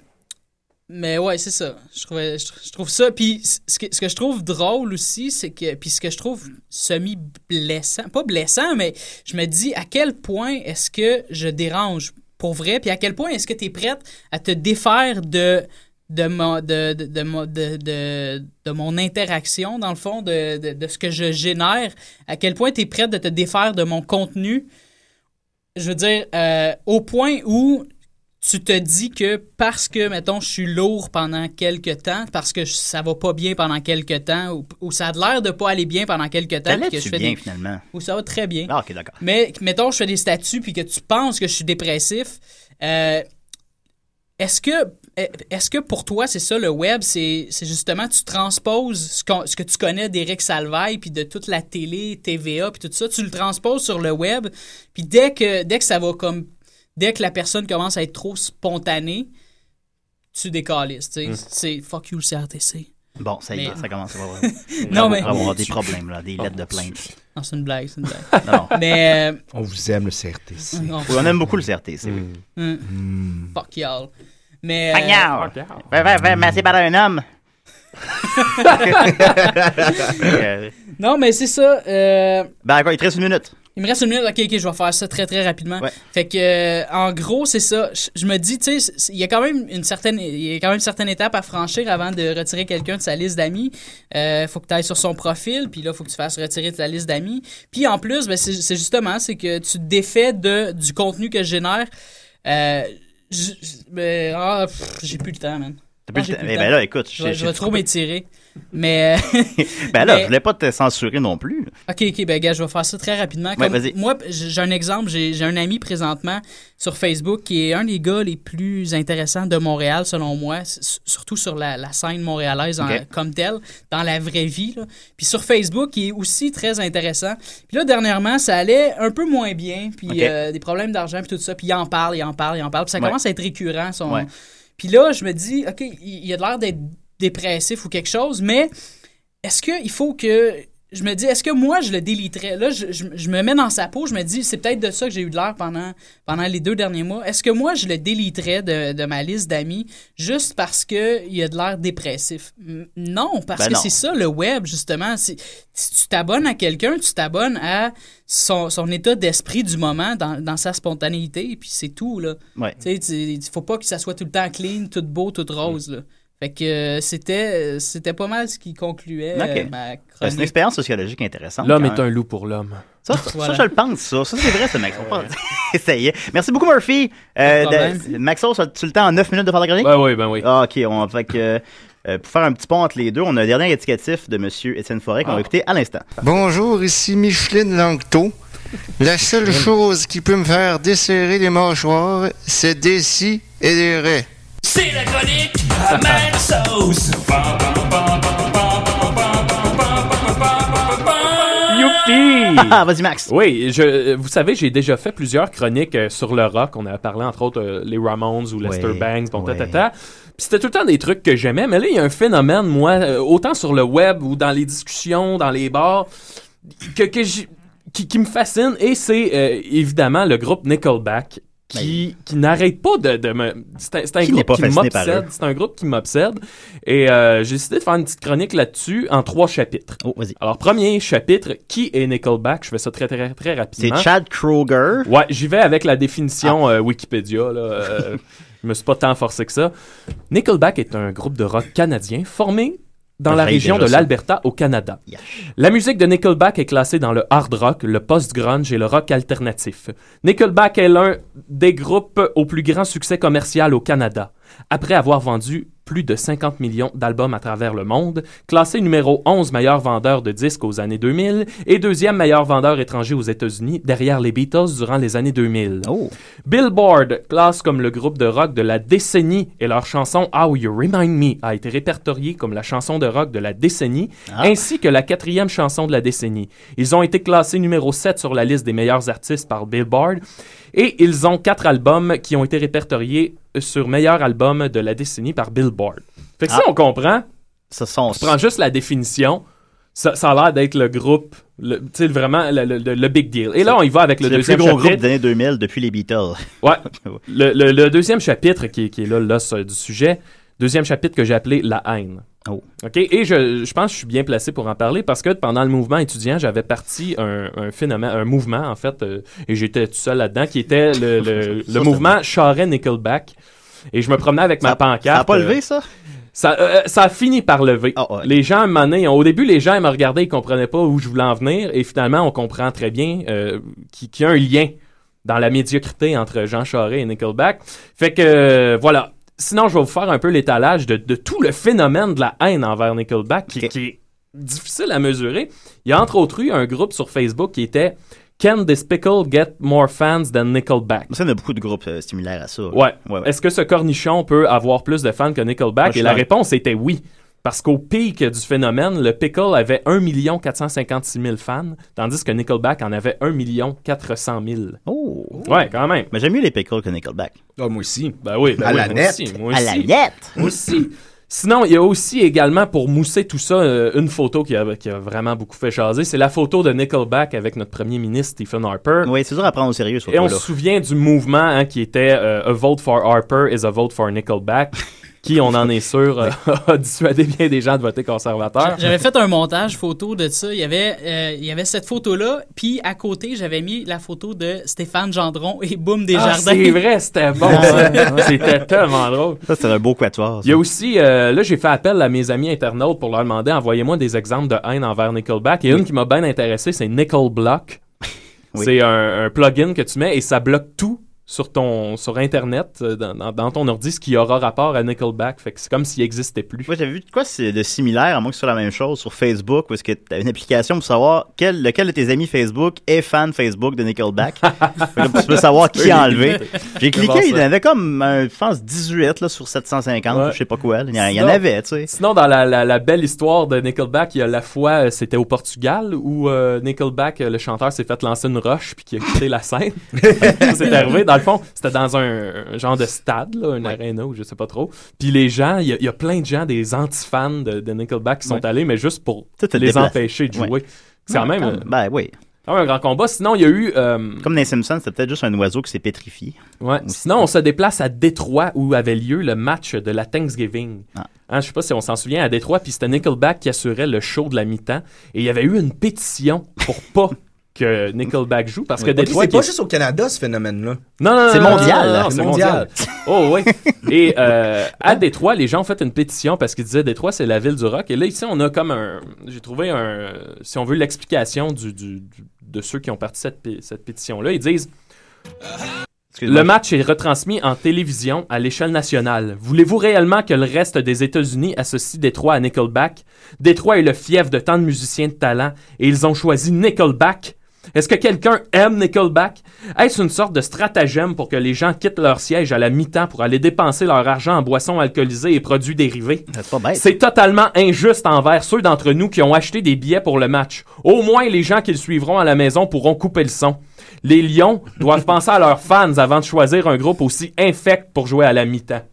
mais ouais, c'est ça. Je, trouvais- je, tr- je trouve ça. Puis c- ce que, ce que je trouve drôle aussi, c'est que. Puis ce que je trouve semi-blessant, pas blessant, mais je me dis à quel point est-ce que je dérange pour vrai, puis à quel point est-ce que tu es prête à te défaire de. De, mon- de, de, de mon- de- de- de mon interaction, dans le fond, de, de- de ce que je génère, à quel point tu es prête de te défaire de mon contenu je veux dire, euh, au point où tu te dis que parce que, mettons, je suis lourd pendant quelques temps, parce que je- ça va pas bien pendant quelques temps, ou, ou ça a l'air de pas aller bien pendant quelques temps, puis que
T'allais-tu
je fais
bien,
des-
finalement?
ou ça va très bien.
Ah, ok, d'accord.
Mais mettons, je fais des statuts puis que tu penses que je suis dépressif. euh, est-ce que eh, est-ce que pour toi c'est ça le web, c'est c'est justement tu transposes ce, qu'on- ce que tu connais d'Éric Salvaille puis de toute la télé, TVA puis tout ça, tu le transposes sur le web puis dès que dès que ça va comme dès que la personne commence à être trop spontanée, tu décalises, tu sais,
Mm.
c'est fuck you CRTC.
Bon, ça y est,
Mais-
ça commence à avoir, on va
non mais
avoir des problèmes, là, des lettres de plainte.
Non, c'est une blague, c'est une blague.
Non, non.
Mais euh,
On vous aime le CRTC.
Non.
Oui, on aime beaucoup le CRTC. oui.
Hmm.
Mm.
Fuck y'all. Mais. euh,
Agnard! Ouais, ouais, ouais, massé par un homme! Euh,
non, mais c'est ça. euh,
ben, encore, il te reste une minute.
Il me reste une minute. Ok, ok, je vais faire ça très, très rapidement. Fait que, euh, en gros, c'est ça. Je, je me dis, tu sais, c'est- il y a quand même une certaine, il y a quand même certaines étapes à franchir avant de retirer quelqu'un de sa liste d'amis. Euh, faut que tu ailles sur son profil, puis là, faut que tu fasses retirer de ta liste d'amis. Puis en plus, ben, c'est c'est justement, c'est que tu te défais de, du contenu que je génère. Euh, je- je- ben, ah, pff, j'ai plus le temps, man.
T'as plus
Ah,
le
j'ai
temps. Eh ben là, écoute,
je vais,
j'ai-
je vais
j'ai
trop
tout coupé.
m'étirer. Mais. euh,
Ben là,
Mais-
je voulais pas te censurer non plus.
OK, OK, ben gars, je vais faire ça très rapidement.
Ouais,
Comme
vas-y.
moi, j'ai j'ai un exemple, j'ai j'ai un ami présentement sur Facebook qui est un des gars les plus intéressants de Montréal, selon moi, s- surtout sur la, la scène montréalaise en-
Ok.
comme telle, dans la vraie vie. là. Puis sur Facebook, il est aussi très intéressant. Puis là, dernièrement, ça allait un peu moins bien, puis
Ok.
euh, des problèmes d'argent, puis tout ça. Puis il en parle, il en parle, il en parle. Puis ça
Ouais.
commence à être récurrent, son,
Ouais.
puis là, je me dis, OK, il il a l'air d'être dépressif ou quelque chose, mais est-ce qu'il faut que. Je me dis, est-ce que moi, je le déliterais? Là, je, je- je me mets dans sa peau, je me dis, c'est peut-être de ça que j'ai eu de l'air pendant, pendant les deux derniers mois. Est-ce que moi, je le déliterais de, de ma liste d'amis juste parce qu'il a de l'air dépressif? M- Non, parce
Ben
que
non.
c'est ça le web, justement. C'est- Si tu t'abonnes à quelqu'un, tu t'abonnes à son, son état d'esprit du moment, dans, dans sa spontanéité, puis c'est tout, là.
Ouais.
Tu sais, il faut pas que ça soit tout le temps clean, tout beau, tout rose. Là. Fait que euh, c'était, c'était pas mal ce qui concluait euh,
Ok. Ben,
ma
C'est une
chronique.
expérience sociologique intéressante.
L'homme
quand
est
même.
un loup pour l'homme.
Ça, ça,
Voilà.
ça, je le pense, ça. Ça, c'est vrai, ce Max. ça y est. Merci beaucoup, Murphy. Euh,
Pas de problème.
de- Maxos, as-tu le temps en 9 minutes de faire la chronique?
Ben oui, ben oui.
Ah, OK, on, fait que, euh, pour faire un petit pont entre les deux, on a un dernier indicatif de M. Étienne Forêt
Ah.
qu'on va écouter à l'instant.
Bonjour, ici Micheline Langto. La seule chose qui peut me faire desserrer les mâchoires, c'est des si et des raies.
C'est la chronique à Max Sauce.
Youpi!
Vas-y, Max.
Oui, je, euh, vous savez, j'ai déjà fait plusieurs chroniques euh, sur le rock. On a parlé, entre autres, euh, les Ramones ou Lester
Ouais,
Bangs, bon,
ouais.
tatata. Puis c'était tout le temps des trucs que j'aimais. Mais là, il y a un phénomène, moi, euh, autant sur le web ou dans les discussions, dans les bars, que, que j'ai- qui, qui me fascine. Et c'est euh, évidemment le groupe Nickelback. qui, qui n'arrête pas de, de me. C'est un, c'est un
Ben Qui n'est
groupe
pas
qui
fasciné par
m'obsède.
eux?
C'est un groupe qui m'obsède. Et euh, j'ai décidé de faire une petite chronique là-dessus en trois chapitres.
Oh,
Alors, premier chapitre, qui est Nickelback Je fais ça très, très, très rapidement.
C'est Chad Ah.
Kroger. Ouais, j'y vais avec la définition euh, Wikipédia. Là, euh, je me suis pas tant forcé que ça. Nickelback est un groupe de rock canadien formé dans la
J'ai
région
déjà
de
ça.
l'Alberta au Canada. La musique de Nickelback est classée dans le hard rock, le post-grunge et le rock alternatif. Nickelback est l'un des groupes au plus grand succès commercial au Canada. Après avoir vendu plus de 50 millions d'albums à travers le monde, classé numéro 11 meilleur vendeur de disques aux années 2000 et deuxième meilleur vendeur étranger aux États-Unis derrière les Beatles durant les années 2000. Oh. Billboard classe comme le groupe de rock de la décennie et leur chanson How You Remind Me a été répertoriée comme la chanson de rock de la décennie
Ah.
ainsi que la quatrième chanson de la décennie. Ils ont été classés numéro 7 sur la liste des meilleurs artistes par Billboard et ils ont quatre albums qui ont été répertoriés sur meilleur album de la décennie par Billboard. Fait que si
Ah.
on comprend, tu prends juste la définition, ça, ça a l'air d'être le groupe, le- tu sais, vraiment le, le- le- le big deal. Et là, on y va avec le
C'est
deuxième
plus gros
chapitre.
groupe des années 2000 depuis les Beatles.
Ouais. Le, le- le deuxième chapitre qui, est- qui est là, l'os euh, du sujet, deuxième chapitre que j'ai appelé La haine.
Oh.
OK? Et je, je pense que je suis bien placé pour en parler parce que pendant le mouvement étudiant, j'avais parti un, un phénomène, un mouvement, en fait, euh, et j'étais tout seul là-dedans, qui était le, le- le mouvement Charret Nickelback. Et je me promenais avec ma pancarte.
Ça a pas levé,
euh,
ça?
ça, euh, ça a fini par lever.
Ah,
Les gens, à un moment donné, au début, les gens ils me regardaient, ils comprenaient pas où je voulais en venir, et finalement, on comprend très bien euh, qu'il qu'il y a un lien dans la médiocrité entre Jean Charest et Nickelback. Fait que, euh, voilà. Sinon, je vais vous faire un peu l'étalage de, de tout le phénomène de la haine envers Nickelback, qui, qui est difficile à mesurer. Il y a entre autres eu un groupe sur Facebook qui était Can Despicable Get More Fans Than Nickelback?
Ça, il y en a beaucoup de groupes euh, similaires à ça.
Ouais. Est-ce que ce cornichon peut avoir plus de fans que
Moi,
Nickelback?
je
Et la
suis-
réponse était oui. Parce qu'au pic du phénomène, le Pickle avait 1 456 000 fans, tandis que Nickelback en avait 1 400 000.
Oh!
Ouais, quand même.
Mais j'aime mieux les Pickles que Nickelback.
Ah, moi aussi. Ben oui, ben
À
oui,
la
moi
nette.
aussi, moi
À la
aussi.
nette.
Moi aussi. Sinon, il y a aussi également, pour mousser tout ça, euh, une photo qui a, qui a vraiment beaucoup fait jaser. C'est la photo de Nickelback avec notre premier ministre, Stephen Harper.
Oui, c'est dur à prendre au sérieux, ce
Et on
photo-là.
se souvient du mouvement hein, qui était euh, A vote for Harper is a vote for Nickelback, qui, on en est sûr, euh, a dissuadé bien des gens de voter conservateur.
J'avais fait un montage photo de ça. Il y avait, euh, il y avait cette photo-là, puis à côté, j'avais mis la photo de Stéphane Gendron et Boum des
Ah,
Jardins.
c'est vrai, c'était bon. ça. c'était tellement drôle.
Ça, c'est un beau quatuor. ça.
Il y a aussi, euh, là, j'ai fait appel à mes amis internautes pour leur demander envoyez-moi des exemples de haine envers Nickelback. Et une qui m'a bien intéressé, c'est Nickel Block. C'est un, un plugin que tu mets et ça bloque tout sur ton sur internet euh, dans, dans- dans ton ordi ce qui aura rapport à Nickelback fait que c'est comme s'il existait plus
Moi, j'avais vu de quoi c'est de similaire, à moins que ce soit la même chose, sur Facebook, où est-ce que tu as une application pour savoir quel, lequel de tes amis Facebook est fan Facebook de Nickelback. Fait que tu peux savoir
Tu
qui
peux
enlever.
l'éliminer.
J'ai
C'est bon,
cliqué, il y en
ça.
avait comme, euh, je pense, 18 là, sur 750,
Ouais.
ou je sais pas quoi. Il y, en- il y en
Sinon-
avait, tu sais.
Sinon, dans la, la- la belle histoire de Nickelback, il y a la fois, euh, c'était au Portugal, où euh, Nickelback, euh, le chanteur, s'est fait lancer une roche puis qui a quitté la scène. Ça, c'est arrivé. Dans le fond, c'était dans un, un genre de stade, là, un aréna ou je sais pas trop. Puis les gens, il y, a- il y a plein de gens, des anti-fans de, de Nickelback qui sont
Ouais.
allés, mais juste pour
Tu sais, te
les
déplaces.
empêcher de jouer.
Ouais.
C'est quand
Ouais,
même... euh,
Ben oui.
quand même un grand combat. Sinon, il y a eu. euh,
Comme dans les Simpsons, c'était peut-être juste un oiseau qui s'est pétrifié.
Ouais. Sinon, on se déplace à Détroit où avait lieu le match de la Thanksgiving.
Ah.
Hein, je sais pas si on s'en souvient à Détroit, puis c'était Nickelback qui assurait le show de la mi-temps et il y avait eu une pétition pour pas que Nickelback joue parce que
Ok,
Détroit.
c'est
qui
pas
est-
juste au Canada ce phénomène-là.
Non, non, non,
C'est
non,
mondial,
non, non,
là.
non,
C'est
c'est mondial.
mondial.
Oh oui. Et euh, à Détroit, les gens ont fait une pétition parce qu'ils disaient Détroit, c'est la ville du rock. Et là, ici, on a comme un. J'ai trouvé un. Si on veut l'explication du, du- du- de ceux qui ont parti cette, pé- cette pétition-là, ils disent. Le match est retransmis en télévision à l'échelle nationale. Voulez-vous réellement que le reste des États-Unis associe Détroit à Nickelback? Détroit est le fief de tant de musiciens de talent et ils ont choisi Nickelback. Est-ce que quelqu'un aime Nickelback? Est-ce une sorte de stratagème pour que les gens quittent leur siège à la mi-temps pour aller dépenser leur argent en boissons alcoolisées et produits dérivés? C'est totalement injuste envers ceux d'entre nous qui ont acheté des billets pour le match. Au moins, les gens qui le suivront à la maison pourront couper le son. Les Lions doivent penser à leurs fans avant de choisir un groupe aussi infect pour jouer à la mi-temps.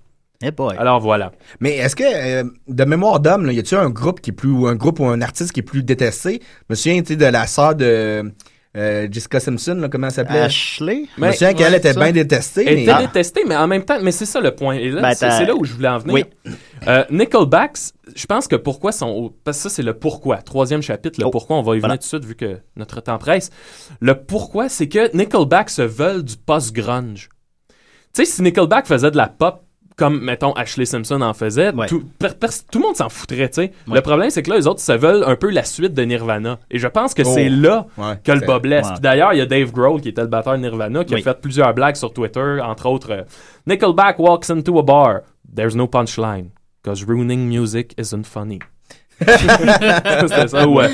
Alors voilà.
Mais est-ce que, euh, de mémoire d'homme, là, y a-tu un groupe qui est plus, ou un groupe ou un artiste qui est plus détesté? Je me souviens, tu sais, de la sœur de euh, Jessica Simpson, là, comment elle s'appelait
Ashley?
Je me souviens
Mais-
qu'elle
ouais,
était
ça.
bien détestée.
Elle
mais- ah.
était détestée, mais en même temps, mais c'est ça le point. Et là,
Ben,
c'est
t'as-
c'est là où je voulais en venir.
Oui.
Euh, Nickelback, c- je pense que pourquoi sont. au- Parce que ça, c'est le pourquoi. Troisième chapitre,
Oh.
le pourquoi. On va y venir tout de suite vu que notre temps presse. Le pourquoi, c'est que Nickelback se veulent du post-grunge. Tu sais, si Nickelback faisait de la pop comme, mettons, Ashley Simpson en faisait, tout, per- per- tout le monde s'en foutrait, tu sais. Le problème, c'est que là, les autres se veulent un peu la suite de Nirvana. Et je pense que
Oh.
c'est là
Ouais,
que le
c'est-
bas blesse.
ouais.
Puis D'ailleurs, il y a Dave Grohl, qui était le batteur de Nirvana, qui
Oui.
a fait plusieurs blagues sur Twitter, entre autres euh, Nickelback walks into a bar. There's no punchline. Because ruining music isn't funny. C'était ça, ouais.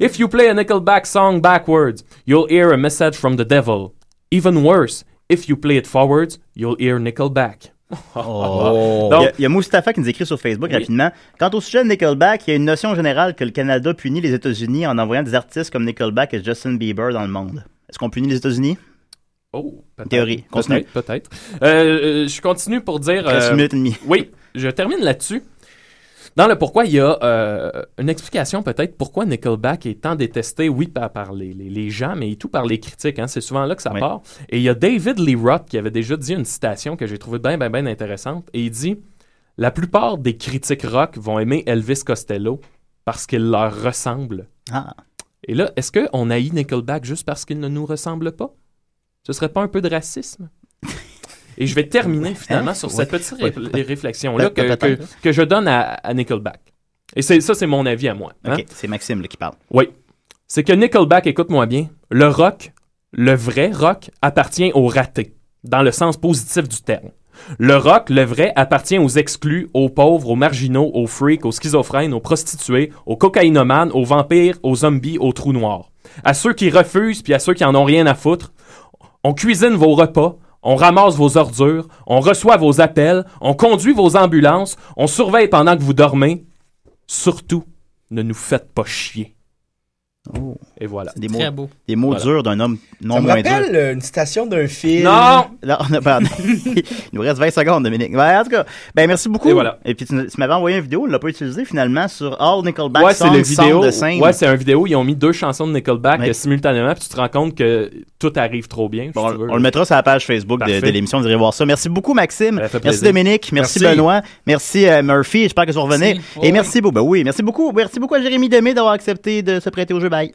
If you play a Nickelback song backwards, you'll hear a message from the devil. Even worse, if you play it forwards, you'll hear Nickelback.
Il, y
Donc,
a, il y a Moustapha qui nous écrit sur Facebook rapidement. Quant au sujet de Nickelback, il y a une notion générale que le Canada punit les États-Unis en envoyant des artistes comme Nickelback et Justin Bieber dans le monde. Est-ce qu'on punit les États-Unis?
Oh, peut-être.
Théorie. Continue.
Peut-être. peut-être. Euh, euh, je continue pour dire. euh,
Reste une minute et demie.
Oui, je termine là-dessus. Dans le pourquoi, il y a euh, une explication peut-être pourquoi Nickelback est tant détesté, oui, par, par les, les- les gens, mais tout par les critiques. hein. C'est souvent là que ça part. Et il y a David Lee Roth qui avait déjà dit une citation que j'ai trouvée bien, bien, bien intéressante. Et il dit La plupart des critiques rock vont aimer Elvis Costello parce qu'il leur ressemble.
Ah.
Et là, est-ce qu'on haït Nickelback juste parce qu'il ne nous ressemble pas Ce serait pas un peu de racisme Et je vais terminer finalement
Hein?
sur
Ouais.
cette petite ré-
Ouais.
les réflexion-là que,
Pe-
que,
peut-être.
que je donne à, à Nickelback. Et c'est, ça, c'est mon avis à moi. hein.
OK, c'est Maxime là, qui parle.
Oui. C'est que Nickelback, écoute-moi bien, le rock, le vrai rock, appartient aux ratés, dans le sens positif du terme. Le rock, le vrai, appartient aux exclus, aux pauvres, aux marginaux, aux freaks, aux schizophrènes, aux prostituées, aux cocaïnomanes, aux vampires, aux zombies, aux trous noirs. À ceux qui refusent, puis à ceux qui en ont rien à foutre, on cuisine vos repas, on ramasse vos ordures, on reçoit vos appels, on conduit vos ambulances, on surveille pendant que vous dormez. Surtout, ne nous faites pas chier. Et voilà.
Oh. Des mots, Des mots durs d'un homme non
Ça me
moins
rappelle
dur.
euh, une citation d'un film.
Non! non, pardon. Il nous reste 20 secondes, Dominique. Ben, en tout cas, ben, merci beaucoup. Et, puis, tu, tu m'avais envoyé une vidéo, on ne l'a pas utilisée finalement sur All Nickelback
Ouais, c'est
Songs
le vidéo.
Sound de scène.
Ouais, c'est un vidéo. Ils ont mis deux chansons de Nickelback
Ouais.
euh, simultanément, puis tu te rends compte que tout arrive trop bien. si tu veux.
On le mettra sur la page Facebook de,
Parfait.
de l'émission, vous irez voir ça. Merci beaucoup, Maxime. Merci,
plaisir.
Dominique. Merci,
Merci.
Benoît. Merci, euh, Murphy. J'espère que vous revenez.
Merci.
Et merci, beaucoup. Ben oui, merci beaucoup. Merci beaucoup à Jérémy Demé d'avoir accepté de se prêter au jeu. Bye.